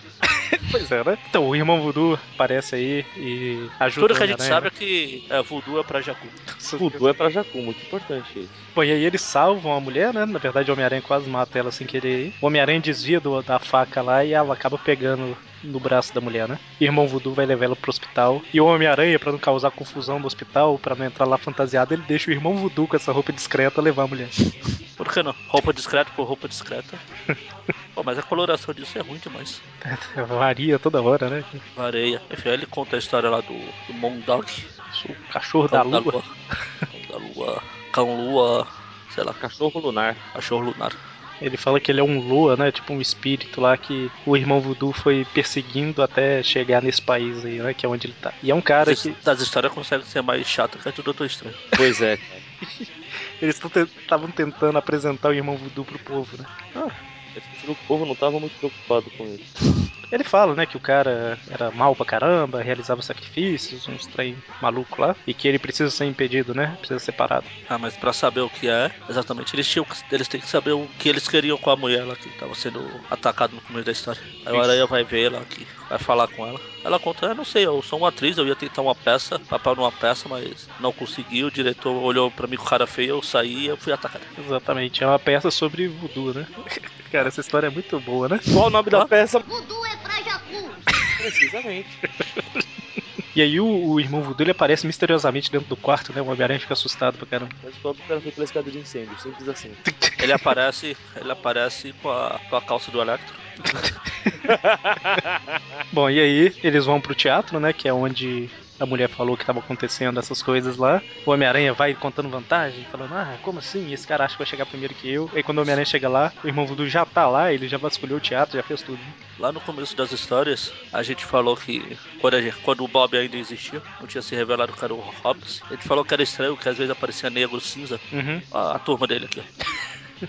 Pois é, né? Então, o irmão Voodoo aparece aí e ajuda Tudo que a o gente Homem-Aranha, sabe *laughs* né? é que é, voodoo é pra Jacu. Nossa, Voodoo é pra Jacu, muito importante isso. Bom, e aí eles salvam a mulher, né? Na verdade, o Homem-Aranha quase mata ela sem querer. O Homem-Aranha desvia do- da faca lá e ela acaba pegando no braço da mulher, né? O irmão Voodoo vai levar ela pro hospital. E o Homem-Aranha, pra não causar confusão no hospital, pra não entrar lá fantasiado, ele deixa o irmão Voodoo com essa roupa discreta levar a mulher. *laughs* Por que não? Roupa discreta por roupa discreta. Pô, mas a coloração disso é ruim demais. Varia toda hora, né? Areia. Enfim, aí ele conta a história lá do, do Mondog. Sou o cachorro da lua. Cão da lua. Cão lua. Sei lá, Cachorro lunar. cachorro lunar. Ele fala que ele é um Lua, né? Tipo um espírito lá que o irmão Voodoo foi perseguindo até chegar nesse país aí, né? Que é onde ele tá. E é um cara Das, que. das histórias consegue ser mais chato que a do Doutor Estranho. Pois é, cara. Eles estavam tentando apresentar o irmão Voodoo pro povo, né? Eu senti que *laughs* o povo não tava muito preocupado com isso. Ele fala, né, que o cara era mal pra caramba, realizava sacrifícios, uns trem maluco lá, e que ele precisa ser impedido, né? Precisa ser parado. Ah, mas pra saber o que é, exatamente, eles, tinham, que- eles têm que saber o que eles queriam com a mulher lá que tava sendo atacada no começo da história. Aí o Isso. Aranha vai ver ela aqui, vai falar com ela. Ela conta, eu não sei, eu sou uma atriz, eu ia tentar uma peça, papel numa peça, mas não consegui. O diretor olhou pra mim com cara feia, eu saí e eu fui atacado. Exatamente, é uma peça sobre voodoo, né? *laughs* cara, essa história é muito boa, né? Qual o nome da da peça? Vudu é pra Jacu. Precisamente. E aí o, o irmão voodoo ele aparece misteriosamente dentro do quarto, né? O Homem-Aranha fica assustado pra caramba. Mas descobre que o cara foi pela escada de incêndio, simples assim. Ele aparece, ele aparece com a, com a calça do Electro. Bom, e aí eles vão pro teatro, né? Que é onde a mulher falou que estava acontecendo essas coisas lá. O Homem-Aranha vai contando vantagem, falando: Ah, como assim? Esse cara acha que vai chegar primeiro que eu. Aí quando o Homem-Aranha chega lá, o irmão Voodoo já tá lá, ele já vasculhou o teatro, já fez tudo. Lá no começo das histórias, a gente falou que quando, a gente- quando o Bob ainda existia, não tinha se revelado que era o Hobbs, a gente falou que era estranho, que às vezes aparecia negro cinza, Uhum. a, a turma dele aqui, ó.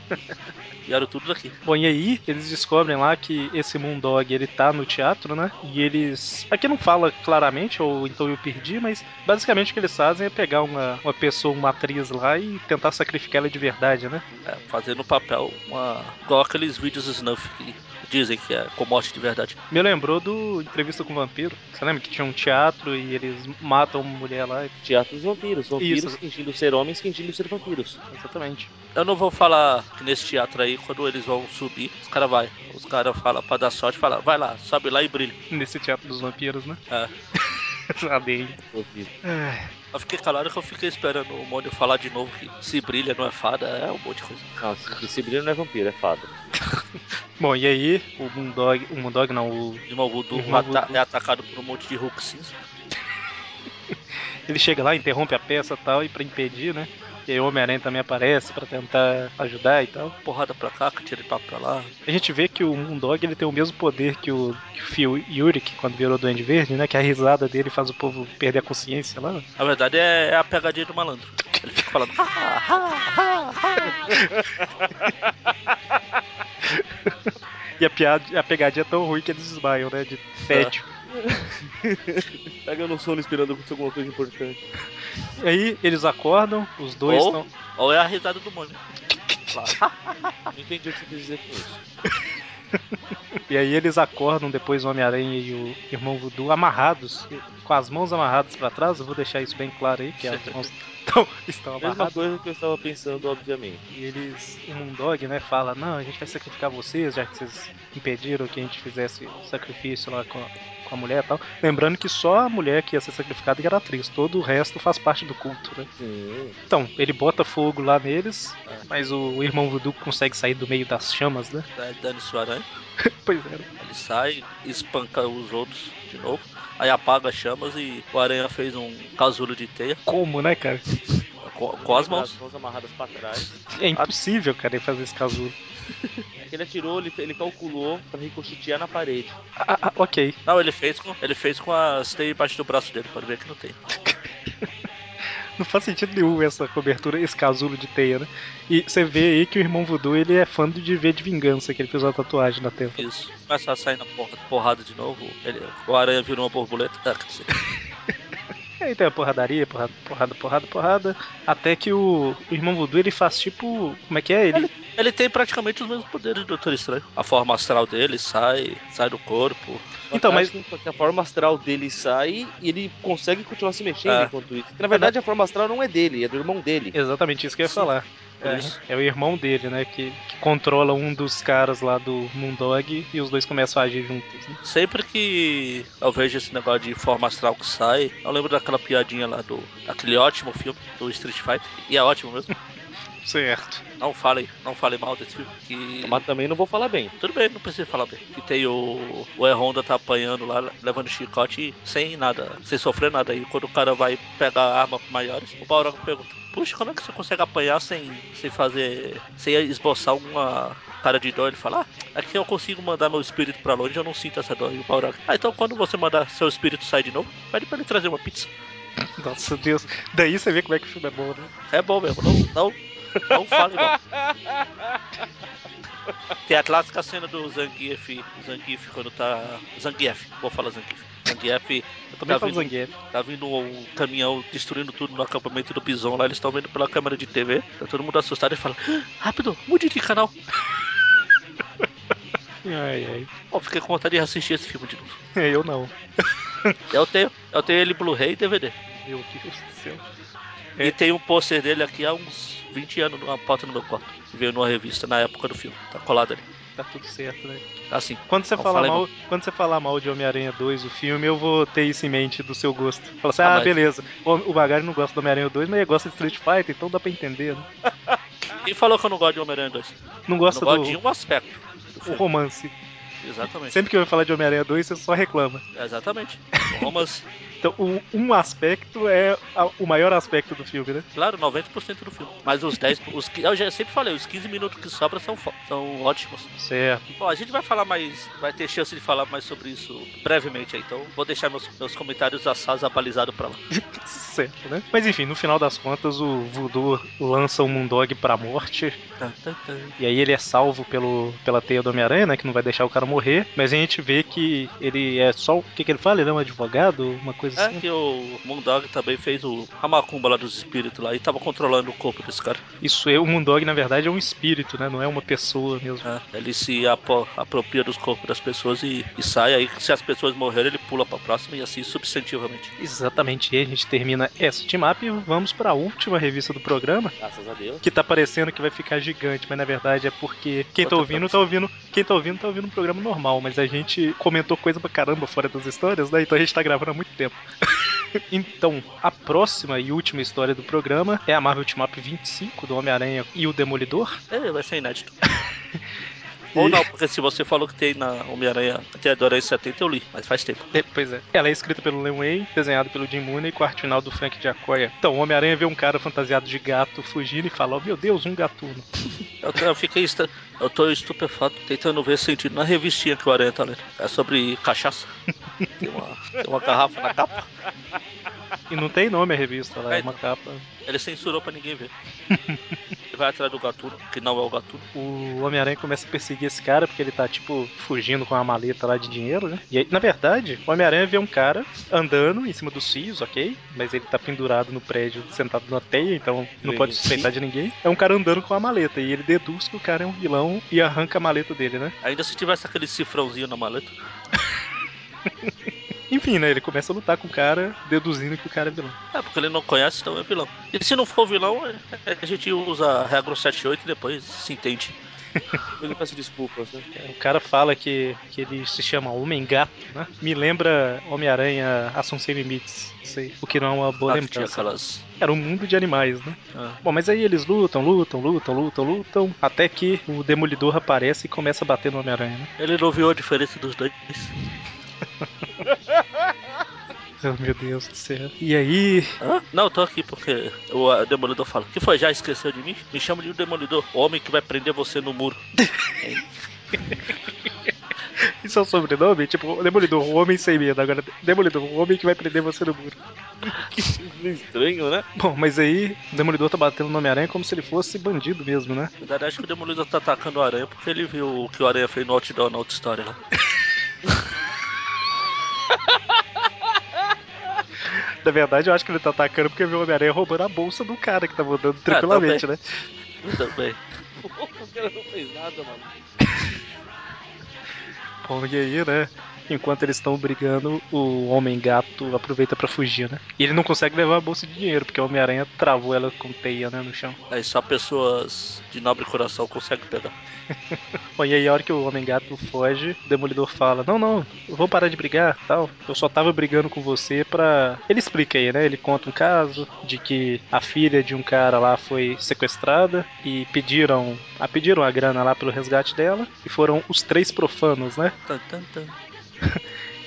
e era tudo daqui. Bom, e aí eles descobrem lá que esse Moondog ele tá no teatro, né? E eles. Aqui não fala claramente, ou então eu perdi, mas basicamente o que eles fazem é pegar uma, uma pessoa, uma atriz lá e tentar sacrificar ela de verdade, né? É, fazendo um papel, uma, igual aqueles vídeos snuff que dizem que é com morte de verdade. Me lembrou do Entrevista com o Vampiro. Você lembra que tinha um teatro e eles matam uma mulher lá? *laughs* Teatro dos vampiros. Vampiros Isso. fingindo ser homens, fingindo ser vampiros. Exatamente. Eu não vou falar que nesse teatro aí, quando eles vão subir, os caras vai, os caras falam pra dar sorte, fala, vai lá, sobe lá e brilha. Nesse teatro dos vampiros, né? *laughs* É. Adei. Vampiros. Eu fiquei calado que eu fiquei esperando o Mônio falar de novo que se brilha não é fada, é um monte de coisa. Não, esse- esse brilho não é vampiro, é fada. Bom, e aí o Moondog. O Moondog não, o. O irmão Voodoo Irmão ata- Voodoo. é atacado por um monte de Hulk cinza. Ele chega lá, interrompe a peça e tal, e pra impedir, né? E aí o Homem-Aranha também aparece pra tentar ajudar e tal. Porrada pra cá, tira de papo pra lá. A gente vê que o Moondog ele tem o mesmo poder que o, que o Phil Yurik quando virou Duende Verde, né? Que a risada dele faz o povo perder a consciência lá. né? Na verdade é, é a pegadinha do malandro. *laughs* Ele fica falando, "Ah, ah, ah, ah." E a, piada, a pegadinha é tão ruim que eles desmaiam, né? De tédio. Pega no sono esperando acontecer alguma coisa importante. É. E aí eles acordam, os dois Ou- estão. Ou é a risada do Mônio. Lá. Não entendi o que você quis dizer com isso. E aí eles acordam depois o Homem-Aranha e o irmão Voodoo amarrados, com as mãos amarradas pra trás. Eu vou deixar isso bem claro aí, que é as mãos estão, estão Mesma amarradas. coisa que eu estava pensando, obviamente. E eles, o Moondog, né, fala: Não, a gente vai sacrificar vocês, já que vocês impediram que a gente fizesse o sacrifício lá com a, com a mulher e tal. Lembrando que só a mulher que ia ser sacrificada que era atriz, todo o resto faz parte do culto, né. Sim. Então, ele bota fogo lá neles, É. mas o, o irmão Voodoo consegue sair do meio das chamas, né? *laughs* É, dane-se o aranha. Pois é. né? Ele sai, espanca os outros de novo. Aí apaga as chamas e o aranha fez um casulo de teia Como, né, cara? com, com as mãos. As mãos amarradas pra trás. É impossível, cara, ele fazer esse casulo. É que ele atirou, ele, ele calculou pra ricochetear na parede. Ah, ah, ok. Não, ele fez com, ele fez com as teias embaixo do braço dele, pode ver que não tem. Não faz sentido nenhum essa cobertura, esse casulo de teia, né? E você vê aí que o irmão Voodoo, ele é fã do de V de Vingança, que ele fez uma tatuagem na testa. Isso. Começa a sair na porra- porrada de novo. Ele, o aranha virou uma borboleta. *laughs* Ah, E quer dizer, aí tem a porradaria, porrada, porrada, porrada, porrada. Até que o, o irmão Voodoo, ele faz tipo... Como é que é? Ele... Ele tem praticamente os mesmos poderes do Doutor Estranho. A forma astral dele sai, sai do corpo. Então, mas- Fantástico, que a forma astral dele sai e ele consegue continuar se mexendo É. enquanto isso. Ah. Na verdade, a forma astral não é dele, é do irmão dele. Exatamente isso que eu ia falar. É isso. É, é o irmão dele, né? Que, que controla um dos caras lá do Moondog e os dois começam a agir juntos, né? Sempre que eu vejo esse negócio de forma astral que sai, eu lembro daquela piadinha lá do. daquele ótimo filme do Street Fighter. E é ótimo mesmo. Certo. Não falem, não falem mal desse filme. Que. Mas também não vou falar bem. Tudo bem, não precisa falar bem. Que tem o. O E-Honda tá apanhando lá, levando chicote e sem nada, sem sofrer nada. E quando o cara vai pegar arma maiores, o Balrog pergunta: Puxa, como é que você consegue apanhar sem, sem fazer. sem esboçar alguma cara de dó? Ele fala: Ah, é que eu consigo mandar meu espírito pra longe, eu não sinto essa dó. E o Balrog: Ah, então quando você mandar seu espírito sair de novo, pede pra ele trazer uma pizza. Nossa, Deus. Daí você vê como é que o filme é bom, né? É bom mesmo, não, não, não fale mal. *laughs* Tem a clássica cena do Zangief, Zangief quando tá... Zangief, vou falar Zangief. Zangief Eu também Tá falo vindo- Zangief. tá vindo um caminhão destruindo tudo no acampamento do Bison lá, eles estão vendo pela câmera de TV, tá todo mundo assustado e fala, "Ah, rápido, mude de canal. Ai, ai. Pô, fiquei com vontade de assistir esse filme de novo. É É, eu não. Eu tenho, eu tenho ele Blu-ray e DVD. Meu Deus do céu. É. E tem um pôster dele aqui há uns 20 anos numa pauta no meu quarto. Que veio numa revista na época do filme. Tá colado ali. Tá tudo certo, né? Tá Assim. Quando você, Não, fala fala aí, mal, quando você falar mal de Homem-Aranha 2, o filme, eu vou ter isso em mente do seu gosto. Falar assim, Ah, ah, mas- beleza. O, o Bagari não gosta do Homem-Aranha 2, mas ele gosta de Street Fighter, então dá pra entender, né? Quem falou que eu não gosto de Homem-Aranha 2? Não Eu gosta não gosto de do um aspecto do o filme. romance. Exatamente. Sempre que eu falar de Homem-Aranha 2, você só reclama. Exatamente. O romance. Então, o- um aspecto é a- o maior aspecto do filme, né? Claro, 90% do filme. Mas os 10. Os, qui- eu já sempre falei, os 15 minutos que sobram são, fo- são ótimos. Certo. Bom, a gente vai falar mais. Vai ter chance de falar mais sobre isso brevemente aí. Então, vou deixar meus, meus comentários assados abalizados pra lá. Certo, né? Mas enfim, no final das contas, o Voodoo lança o Moondog pra morte. Tan, tan, tan. E aí ele é salvo pelo, pela teia do Homem-Aranha, né? Que não vai deixar o cara morrer. Mas a gente vê que ele é só. O que, que ele fala? Ele é um advogado? Uma coisa É assim. que o Moondog também fez o, a macumba lá dos espíritos lá e tava controlando o corpo desse cara. Isso é. O Moondog, na verdade, é um espírito, né? Não é uma pessoa mesmo. né? Ele se apo- apropria dos corpos das pessoas e, e sai. Aí, se as pessoas morrerem, ele pula pra próxima e assim substantivamente. Exatamente. E aí a gente termina essa team-up e vamos pra última revista do programa. Graças a Deus. Que tá parecendo que vai ficar gigante, mas na verdade é porque quem tá Outra ouvindo, tá ouvindo. Quem tá ouvindo, tá ouvindo um programa normal, mas a gente comentou coisa pra caramba fora das histórias, né? Então a gente tá gravando há muito tempo. *laughs* então, a próxima e última história do programa é a Marvel Team Up 25 do Homem-Aranha e o Demolidor. É, vai ser inédito. E- Ou não, porque se você falou que tem na Homem-Aranha até agora em 70, eu li, mas faz tempo. É, pois é. Ela é escrita pelo Len Wayne, desenhada pelo Jim Mooney e com arte final do Frank Giacoya. Então, o Homem-Aranha vê um cara fantasiado de gato fugindo e fala: "Oh, meu Deus, um gatuno". Eu, tô- eu fiquei esta- eu tô estupefato tentando ver sentido na revistinha que o Aranha tá lendo. É sobre cachaça. Tem uma, tem uma garrafa na capa. E não tem nome a revista, ela é uma capa. Ele censurou pra ninguém ver. Ele vai atrás do gatuno, que não é o gatuno. O Homem-Aranha começa a perseguir esse cara porque ele tá, tipo, fugindo com uma maleta lá de dinheiro, né? E aí, na verdade, o Homem-Aranha vê um cara andando em cima dos fios, ok? Mas ele tá pendurado no prédio, sentado na teia, então não Ele pode sim. suspeitar de ninguém. É um cara andando com uma maleta e ele deduz que o cara é um vilão e arranca a maleta dele, né? Ainda se tivesse aquele cifrãozinho na maleta. Enfim, né? Ele começa a lutar com o cara, deduzindo que o cara é vilão. É, porque ele não conhece, então é vilão. E se não for vilão, é- é- a gente usa a regra 78 e depois se entende. Eu lhe peço desculpas, né? É, O cara fala que, que ele se chama Homem-Gato, né? Me lembra Homem-Aranha Ação Sem Limites, não sei, o que não é uma boa Ah, que tinha lembrança. aquelas. Era um mundo de animais, né? Ah. Bom, mas aí eles lutam, lutam, lutam, lutam, lutam, até que o Demolidor aparece e começa a bater no Homem-Aranha, né? Ele não viu a diferença dos dois. *laughs* Oh, meu Deus do céu. E aí, *laughs* Hã? Não, eu tô aqui porque o ah, Demolidor fala. que foi? Já esqueceu de mim? Me chama de Demolidor, o homem que vai prender você no muro. isso é o sobrenome? Tipo, Demolidor, o homem sem medo. Agora, Demolidor, o homem que vai prender você no muro. Estranho, né? Bom, mas aí, o Demolidor tá batendo no Homem-Aranha como se ele fosse bandido mesmo, né? Na verdade, acho que o Demolidor tá atacando o Aranha porque ele viu o que o Aranha fez no outdoor na outra história lá. Na verdade, eu acho que ele tá atacando porque viu o Homem-Aranha roubando a bolsa do cara que tava andando tranquilamente, né? Também. O cara não fez nada, mano. Bom, e aí, né? Enquanto eles estão brigando, o Homem-Gato aproveita pra fugir, né? E ele não consegue levar a bolsa de dinheiro, porque o Homem-Aranha travou ela com teia, né, no chão. Aí É só pessoas de nobre coração conseguem pegar. Bom, e aí a hora que o Homem-Gato foge, o Demolidor fala, não, não, vamos parar de brigar, tal. Eu só tava brigando com você pra... Ele explica aí, né? Ele conta um caso de que a filha de um cara lá foi sequestrada e pediram... A pediram a grana lá pelo resgate dela e foram os três profanos, né? Tan, tan, tan.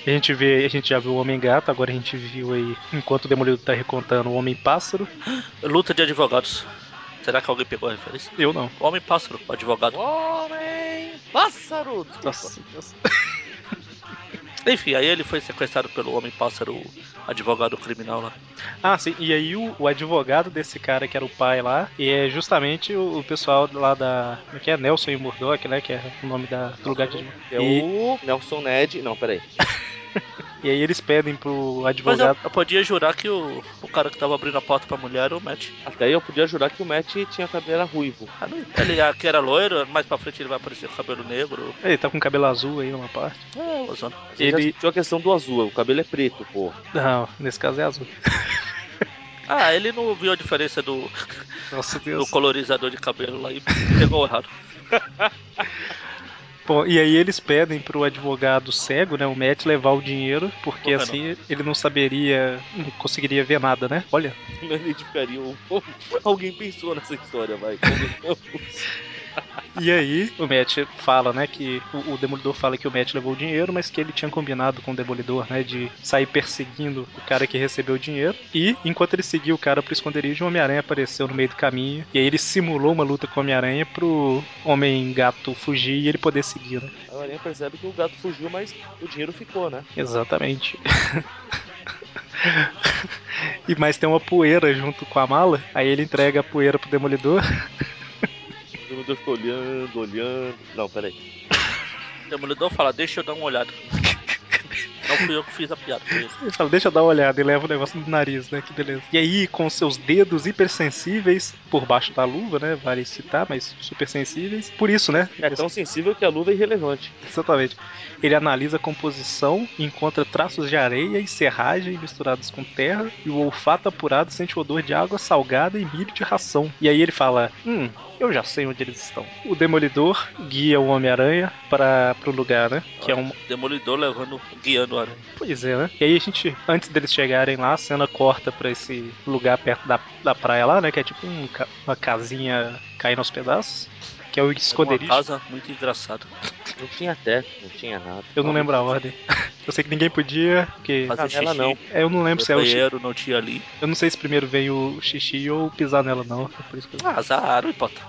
A gente vê, a gente já viu o Homem-Gato, agora a gente viu aí, enquanto o Demolidor tá recontando, o Homem-Pássaro. Luta de advogados. Será que alguém pegou a referência? Eu não. O Homem Pássaro, o advogado. Homem! Pássaro! Desculpa. Nossa, Enfim, aí ele foi sequestrado pelo Homem Pássaro, o advogado criminal lá. Ah, sim, e aí o, o advogado desse cara que era o pai lá, e é justamente o, o pessoal lá da. Como é que é? Nelson e Murdoch, né? Que é o nome da, do lugar de advogado. É E- o Nelson Ned. Não, peraí. E aí eles pedem pro Mas eu, advogado. eu podia jurar que o, o cara que tava abrindo a porta pra mulher era o Matt. Até aí eu podia jurar que o Matt tinha cabelo ruivo. Ah, não. Ele aqui era loiro, mais pra frente ele vai aparecer com cabelo negro. Ele tá com cabelo azul aí numa parte. É, uma zona. Mas ele... Ele- já discutiu a questão do azul, o cabelo é preto, pô. Não, nesse caso é azul. Ah, ele não viu a diferença do, Nossa do Deus. colorizador de cabelo lá e pegou errado. Bom, e aí eles pedem pro advogado cego, né? O Matt levar o dinheiro, porque Por que assim ele não saberia. não conseguiria ver nada, né? Olha. é um *laughs* Não identificaria o. Alguém pensou nessa história, vai. convenhamos. E aí, o Matt fala, né, que o, o Demolidor fala que o Matt levou o dinheiro, mas que ele tinha combinado com o Demolidor, né, de sair perseguindo o cara que recebeu o dinheiro. E enquanto ele seguia o cara pro esconderijo, o Homem-Aranha apareceu no meio do caminho. E aí ele simulou uma luta com o Homem-Aranha pro Homem-Gato fugir e ele poder seguir, né? A Aranha percebe que o gato fugiu, mas o dinheiro ficou, né? Exatamente. *laughs* e mas tem uma poeira junto com a mala, aí ele entrega a poeira pro Demolidor. O demolidor ficou olhando, olhando. Não, peraí. O demolidor fala, deixa eu dar uma olhada. Não fui eu que fiz a piada. foi ele. Ele fala, deixa eu dar uma olhada e leva o negócio no nariz, né? Que beleza. E aí, com seus dedos hipersensíveis, por baixo da luva, né? Vale citar, mas supersensíveis. Por isso, né? É tão sensível que a luva é irrelevante. *laughs* Exatamente. Ele analisa a composição, encontra traços de areia e serragem misturados com terra, e o olfato apurado sente o odor de água salgada e milho de ração. E aí ele fala: Hum, eu já sei onde eles estão. O Demolidor guia o Homem-Aranha para pro lugar, né? Que é um. Demolidor levando, guiando o aranha. Pois é, né? E aí a gente, antes deles chegarem lá, a cena corta pra esse lugar perto da, da praia lá, né? Que é tipo um ca- uma casinha caindo aos pedaços. Que é o Uma esconderijo. casa muito engraçada. Não tinha teto, não tinha nada. Eu não lembro a ordem. *laughs* Eu sei que ninguém podia, porque. Fazer Ah, ela xixi. não. É, Eu não lembro se é o xixi. banheiro, não tinha ali. Eu não sei se primeiro veio o xixi ou pisar nela, não. É por isso que eu- Ah, azar, pota.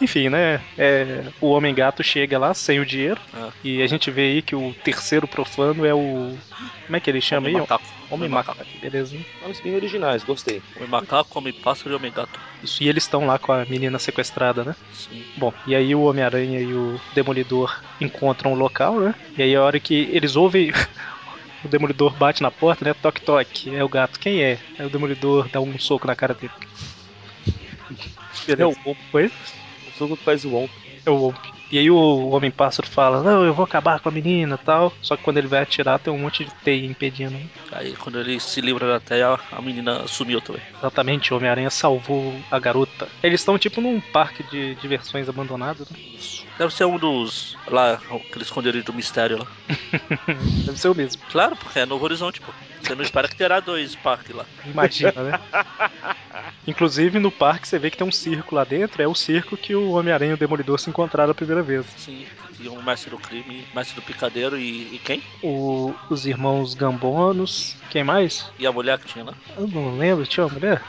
Enfim, né? É, o Homem Gato chega lá sem o dinheiro. Ah. E a gente vê aí que o terceiro profano é o. Como é que ele chama aí? macaco. Homem Macaco. Beleza. né? Nomes bem originais, gostei. Homem macaco, homem pássaro e homem gato. Isso, e eles estão lá com a menina sequestrada, né? Sim. Bom, e aí o Homem-Aranha e o Demolidor encontram o local, né? E aí a hora que eles ouvem. *laughs* O Demolidor bate na porta, né? Toque, toque. É o gato. Quem é? Aí o Demolidor dá um soco na cara dele. É o Beleza. Womp, Oi? o soco que faz o Womp. É o Womp. E aí o Homem-Pássaro fala, não, eu vou acabar com a menina tal. Só que quando ele vai atirar, tem um monte de teia impedindo. né? Aí quando ele se livra da teia, a menina sumiu também. Exatamente, o Homem-Aranha salvou a garota. Eles estão tipo num parque de diversões abandonado, né? Deve ser um dos. lá, aquele esconderijo do mistério lá. Deve ser o mesmo, Claro, porque é Novo Horizonte, pô. Você não espera que terá dois parques lá. imagina, né? *laughs* Inclusive no parque você vê que tem um circo lá dentro, é o circo que o Homem-Aranha e o Demolidor se encontraram a primeira vez. Sim, tinha um mestre do crime, mestre do picadeiro e, e quem? O- os irmãos Gambonos, quem mais? E a mulher que tinha lá. Eu não lembro, tinha uma *laughs* mulher?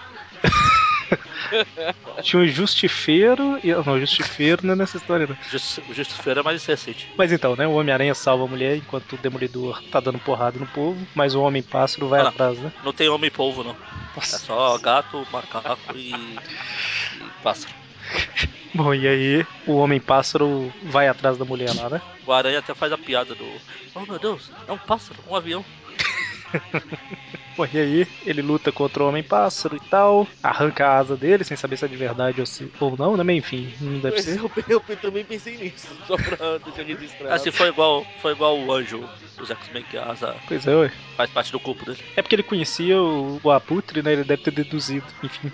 tinha um justifeiro. e- ah, Não, justifeiro não é nessa história, não. Justi- O Justiceiro é mais recente. Mas então, né? O Homem-Aranha salva a mulher enquanto o Demolidor tá dando porrada no povo, mas o Homem-Pássaro vai Ah, não. atrás, né? Não tem homem polvo, não. É Nossa. só gato, macaco e. e pássaro. Bom, e aí o Homem-Pássaro vai atrás da mulher lá, né? O aranha até faz a piada do. Oh meu Deus, é um pássaro, um avião. Bom, e aí ele luta contra o Homem-Pássaro e tal, arranca a asa dele, sem saber se é de verdade ou, se, ou não, né? Mas enfim, não deve Pois ser. eu, eu também pensei nisso, só pra deixar registrado. Ah, se foi igual, foi igual o anjo dos X-Men, que a asa Pois é, ué. faz parte do corpo dele. É porque ele conhecia o, o Abutre, né? Ele deve ter deduzido. Enfim,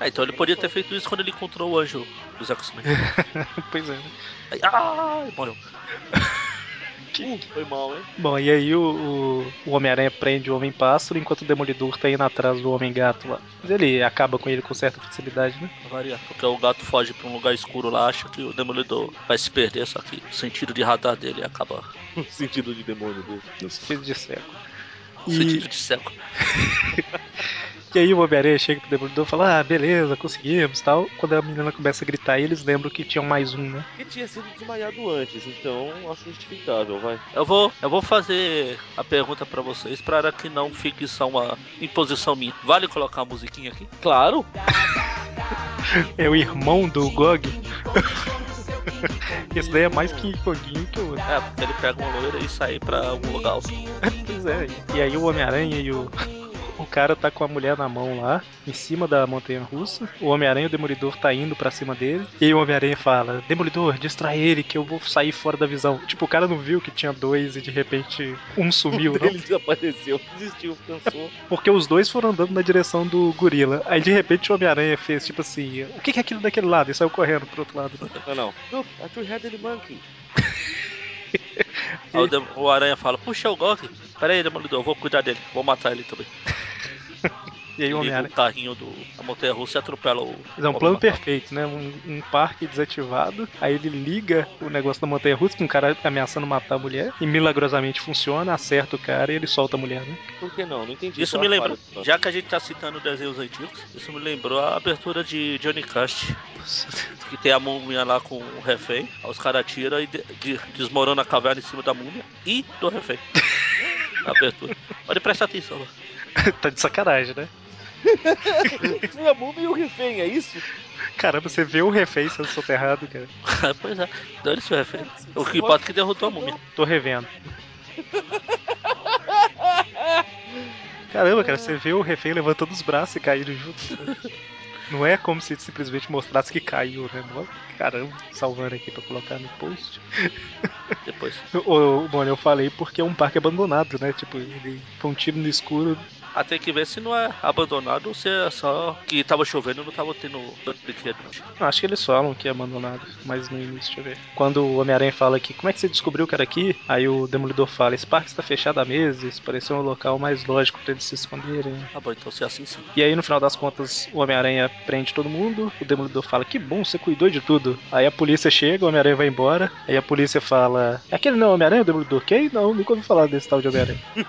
Ah, então ele podia ter feito isso quando ele encontrou o anjo dos X-Men. *laughs* pois é, né? Aí, Ah, e morreu. Uh, foi mal, hein? Bom, e aí o, o, o Homem-Aranha prende o Homem-Pássaro enquanto o Demolidor tá indo atrás do Homem-Gato lá. Mas ele acaba com ele com certa facilidade, né? Pra variar, porque o gato foge pra um lugar escuro lá, acha que o demolidor vai se perder, só que o sentido de radar dele acaba. No sentido de demônio dele. Filho de cego. o E, Sentido de cego. e aí o Homem-Aranha chega pro Demolidor e fala: Ah, beleza, conseguimos tal. Quando a menina começa a gritar, eles lembram que tinham mais um, né? Que tinha sido desmaiado antes, então acho justificável, vai. Eu vou, eu vou fazer a pergunta pra vocês para que não fique só uma imposição minha. Vale colocar a musiquinha aqui? Claro! É o irmão do Gog. *laughs* Esse daí é mais que Goguinho que o outro. É, porque ele pega uma loira e sai pra algum lugar. alto. Pois é. E aí o Homem-Aranha e o. O cara tá com a mulher na mão lá, em cima da montanha russa. O Homem-Aranha e o Demolidor tá indo pra cima dele. E aí o Homem-Aranha fala: Demolidor, distrai ele que eu vou sair fora da visão. Tipo, o cara não viu que tinha dois e de repente um sumiu, não? *laughs* Ele desapareceu, desistiu, cansou. Porque os dois foram andando na direção do gorila. Aí de repente o Homem-Aranha fez tipo assim: O que que é aquilo daquele lado? E saiu correndo pro outro lado. né? Não, não. Look, a two-headed monkey. Aí o, dem- o aranha fala: Puxa, é o Gog. Pera aí, demolidor, eu vou cuidar dele, vou matar ele também. E aí o Ele um Homem-Aranha. o carrinho do da montanha russa e atropela o. Mas é um plano perfeito, né? Um, um parque desativado, aí ele liga o negócio da montanha russa com um cara ameaçando matar a mulher, e milagrosamente funciona, acerta o cara e ele solta a mulher, né? Por que não? Não entendi. Isso qual me a lembrou, falha. já que a gente tá citando desenhos antigos, isso me lembrou a abertura de Johnny Cast, que tem a múmia lá com o refém, aí os caras tiram e de, de- desmorona a caverna em cima da múmia e do *laughs* refém. Na abertura. Pode prestar atenção lá. *laughs* tá de sacanagem, né? Foi a múmia e o refém, é isso? Caramba, você vê o refém sendo soterrado, cara. *laughs* pois é, dane-se o refém. O que importa é que derrotou a múmia. Tô revendo. Caramba, cara, você vê o refém levantando os braços e caindo junto. Não é como se simplesmente mostrasse que caiu, né? Mó- Caramba, salvando aqui pra colocar no post. Depois. O, o- bom, eu falei porque é um parque abandonado, né? Tipo, ele foi um tiro no escuro. Ah, tem que ver se não é abandonado ou se é só que tava chovendo e não tava tendo brinquedo. Não, acho que eles falam que é abandonado, mas no início, deixa eu ver. Quando o Homem-Aranha fala que como é que você descobriu que era aqui? Aí o Demolidor fala, esse parque está fechado há meses, pareceu um local mais lógico para eles se esconderem. Ah, bom, então se é assim sim. E aí no final das contas, o Homem-Aranha prende todo mundo, o Demolidor fala, que bom, você cuidou de tudo. Aí a polícia chega, o Homem-Aranha vai embora, aí a polícia fala, "É aquele não é o Homem-Aranha, o Demolidor, quem? Não, nunca ouvi falar desse tal de Homem-Aranha. *laughs*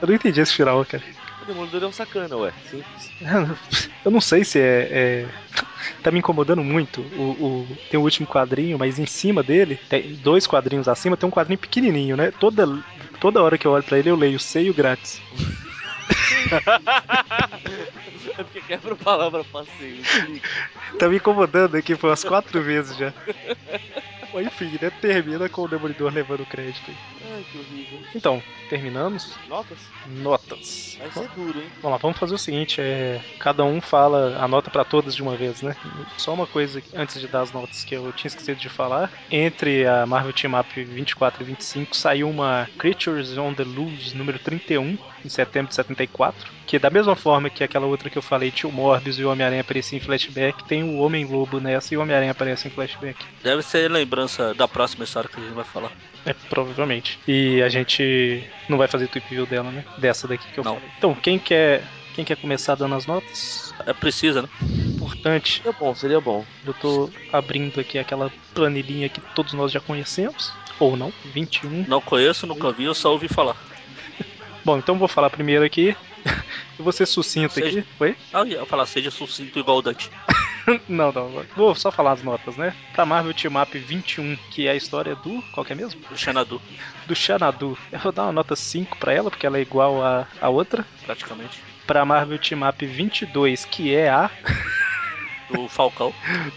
eu não entendi esse final, cara. O Demolidor é um sacana, ué. Simples. Eu não sei se é. *laughs* é- Tá me incomodando muito. O, o- Tem o último quadrinho, mas em cima dele, tem dois quadrinhos acima, tem um quadrinho pequenininho, né? Toda, toda hora que eu olho pra ele, eu leio seio grátis. *laughs* É porque quebra a palavra passeio. explica. Tá me incomodando aqui por umas quatro vezes já. *laughs* Mas enfim, né? Termina com o Demolidor levando o crédito. Ai, que horrível. Então, terminamos. Notas? Notas. Vai ser duro, hein? Vamos lá, vamos fazer o seguinte, é, cada um fala a nota pra todas de uma vez, né? Só uma coisa que- antes de dar as notas que eu tinha esquecido de falar, entre a Marvel Team Up 24 e 25 saiu uma Creatures on the Loose número 31 em setembro de 74, que da mesma forma que aquela outra que eu falei, tinha o Morbius e o Homem-Aranha apareciam em flashback, tem o Homem-Lobo nessa e o Homem-Aranha aparece em flashback. Deve ser lembrança da próxima história que a gente vai falar. É, provavelmente. E a gente não vai fazer tweet view dela, né? Dessa daqui que eu Não. falei. Então, quem quer, quem quer começar dando as notas? É precisa, né? importante. Seria bom, seria bom. Eu tô abrindo aqui aquela planilhinha que todos nós já conhecemos, ou não, 21. Não conheço, nunca vi, eu só ouvi falar. Bom, então vou falar primeiro aqui. *laughs* Eu vou ser sucinto aqui. Seja. Oi? Ah, eu ia falar, seja sucinto igual o Dante. Não, não. Vou só falar as notas, né? Pra Marvel Team Up 21, que é a história do. Qual que é mesmo? O Xanadu, Do Xanadu. Eu vou dar uma nota 5 pra ela, porque ela é igual à, à outra. praticamente. Pra Marvel Team Up 22, que é a Do Falcão.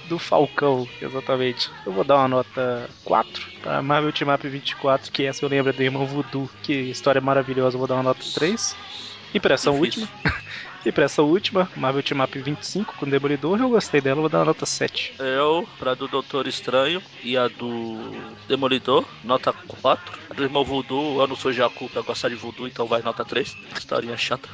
do Falcão, exatamente. Eu vou dar uma nota 4 para Marvel Team Up 24, que essa eu lembro é do irmão Voodoo, que história maravilhosa, eu vou dar uma nota 3. E pra essa Difícil. última, *laughs* e pra essa última, Marvel Team Up 25 com Demolidor, eu gostei dela, eu vou dar uma nota 7. Eu, pra do Doutor Estranho e a do Demolidor, nota 4. A do Irmão Voodoo, eu não sou Jacu pra gostar de Voodoo, então vai nota 3. Historinha chata.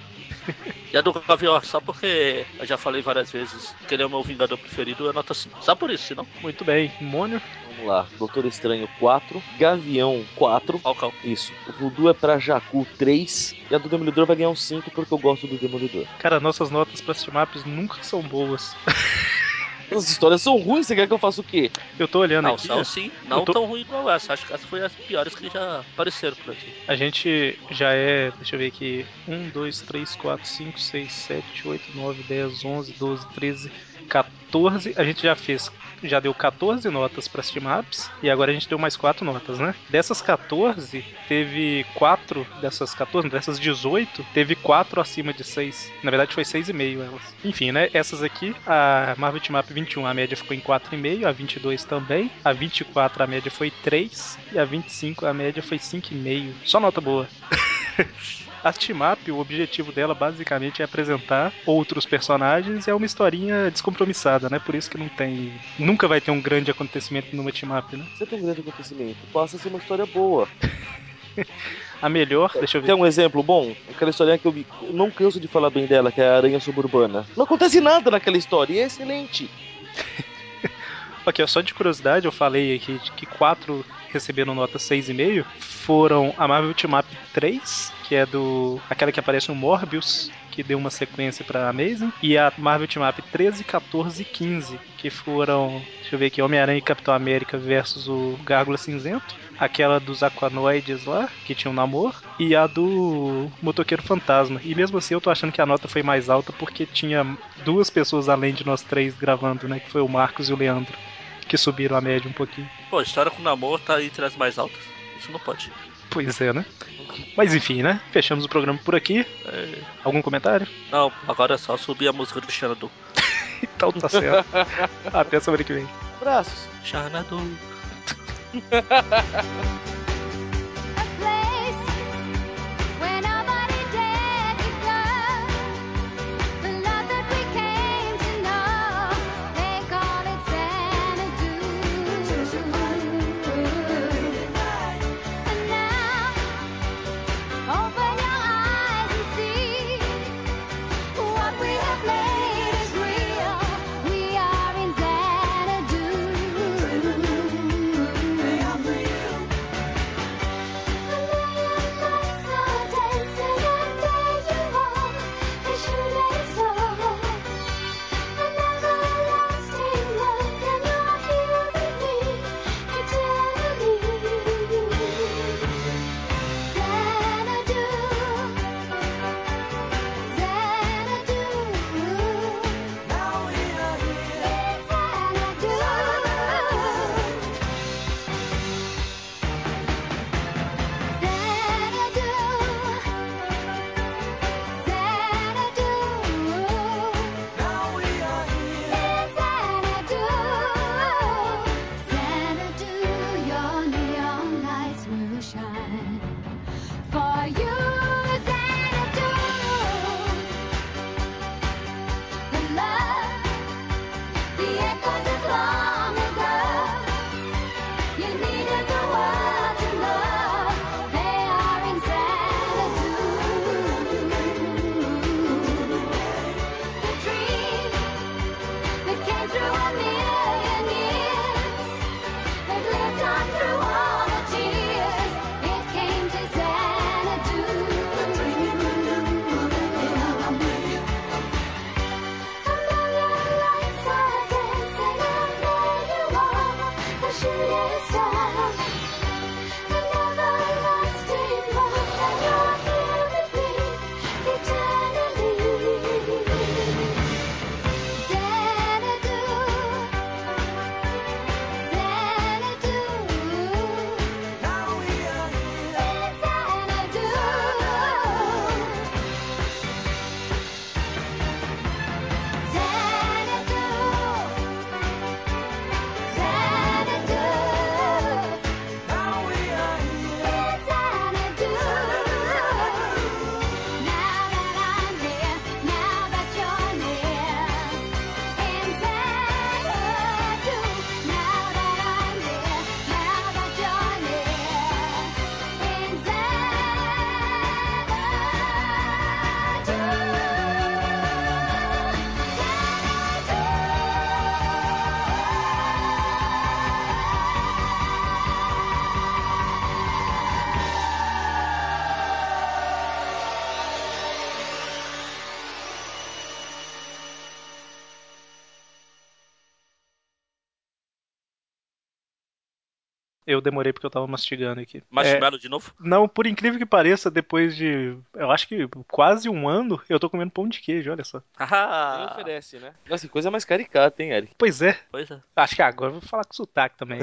E a do Gavião, só porque eu já falei várias vezes que ele é o meu Vingador preferido, é nota 5. Só por isso, senão, Muito bem, Mônio, Vamos lá. Doutor Estranho 4, Gavião 4. Falcão. Isso. O Voodoo é pra Jacu 3. E a do Demolidor vai ganhar um 5 porque eu gosto do Demolidor. cara, nossas notas para Team Ups nunca são boas. *laughs* As histórias são ruins, você quer que eu faça o quê? Eu tô olhando Não, aqui, são sim. Não eu tô- tão ruim igual essa. Acho que essa foi as piores que já apareceram por aqui. a gente já é, deixa eu ver aqui, 1, 2, 3, 4, 5, 6, 7, 8, 9, 10, 11, 12, 13, 14. A gente já fez, já deu 14 notas para as team-ups e agora a gente deu mais 4 notas, né? Dessas 14, teve 4, dessas 14, não, dessas 18, teve 4 acima de 6. Na verdade foi 6,5 elas. Enfim, né? Essas aqui, a Marvel Team Up 21, a média ficou em 4,5, a 22 também, a 24 a média foi 3 e a 25 a média foi 5,5. Só nota boa. A Team Up, o objetivo dela basicamente é apresentar outros personagens e é uma historinha descompromissada, né? Por isso que não tem. Nunca vai ter um grande acontecimento numa Team Up, né? Isso é tão grande acontecimento. Passa a ser uma história boa. A melhor, deixa eu ver. Tem um exemplo bom? Aquela historinha que eu, me- eu não canso de falar bem dela, que é a Aranha Suburbana. Não acontece nada naquela história, e é excelente. Aqui, ó, só de curiosidade, eu falei aqui de que quatro receberam nota 6,5 foram a Marvel Team Up 3, que é do aquela que aparece no Morbius, que deu uma sequência pra Amazing, e a Marvel Team Up 13, 14 e 15, que foram, deixa eu ver aqui, Homem-Aranha e Capitão América versus o Gárgula Cinzento, aquela dos Aquanoides lá, que tinha um namor, e a do Motoqueiro Fantasma. E mesmo assim eu tô achando que a nota foi mais alta porque tinha duas pessoas além de nós três gravando, né, que foi o Marcos e o Leandro, que subiram a média um pouquinho. Pô, a história com o namoro tá entre as mais altas. Isso não pode. Pois é, né? Mas enfim, né? Fechamos o programa por aqui. É, Algum comentário? Não, agora é só subir a música do Xanadu. Então tá certo. Até semana que vem. Abraços. Xanadu. A place where nobody dared to go. The love that we came to know, they call it Xanadu. And now, open your eyes and see what we have made is real. We are in Xanadu. Xanadu. Xanadu, Xanadu. Now we are here. Xanadu, Xanadu, your neon lights will shine for you, Xanadu. The love, the echoes of long ago. You needed the world to know they are in The dream that came through a million years, that lived on through all the tears. It came to Xanadu. A million lights are dancing and there you are, the shooting star. An everlasting love, and you're here with me eternally. Xanadu, Xanadu. Now we are here. Xanadu. Xanadu, Xanadu. Now we are here. Xanadu. Now that I'm here, now that you're near. In Xanadu. Now that I'm here, now that you're near. In Xanadu. Eu demorei porque eu tava mastigando aqui. É, Marshmallow de novo? *laughs* não, por incrível que pareça, depois de. Eu acho que quase um ano, eu tô comendo pão de queijo, olha só. Quem Haha. oferece, né? Nossa, que coisa mais caricata, hein, Eric? Pois é, Pois é. acho que agora eu vou falar com sotaque também.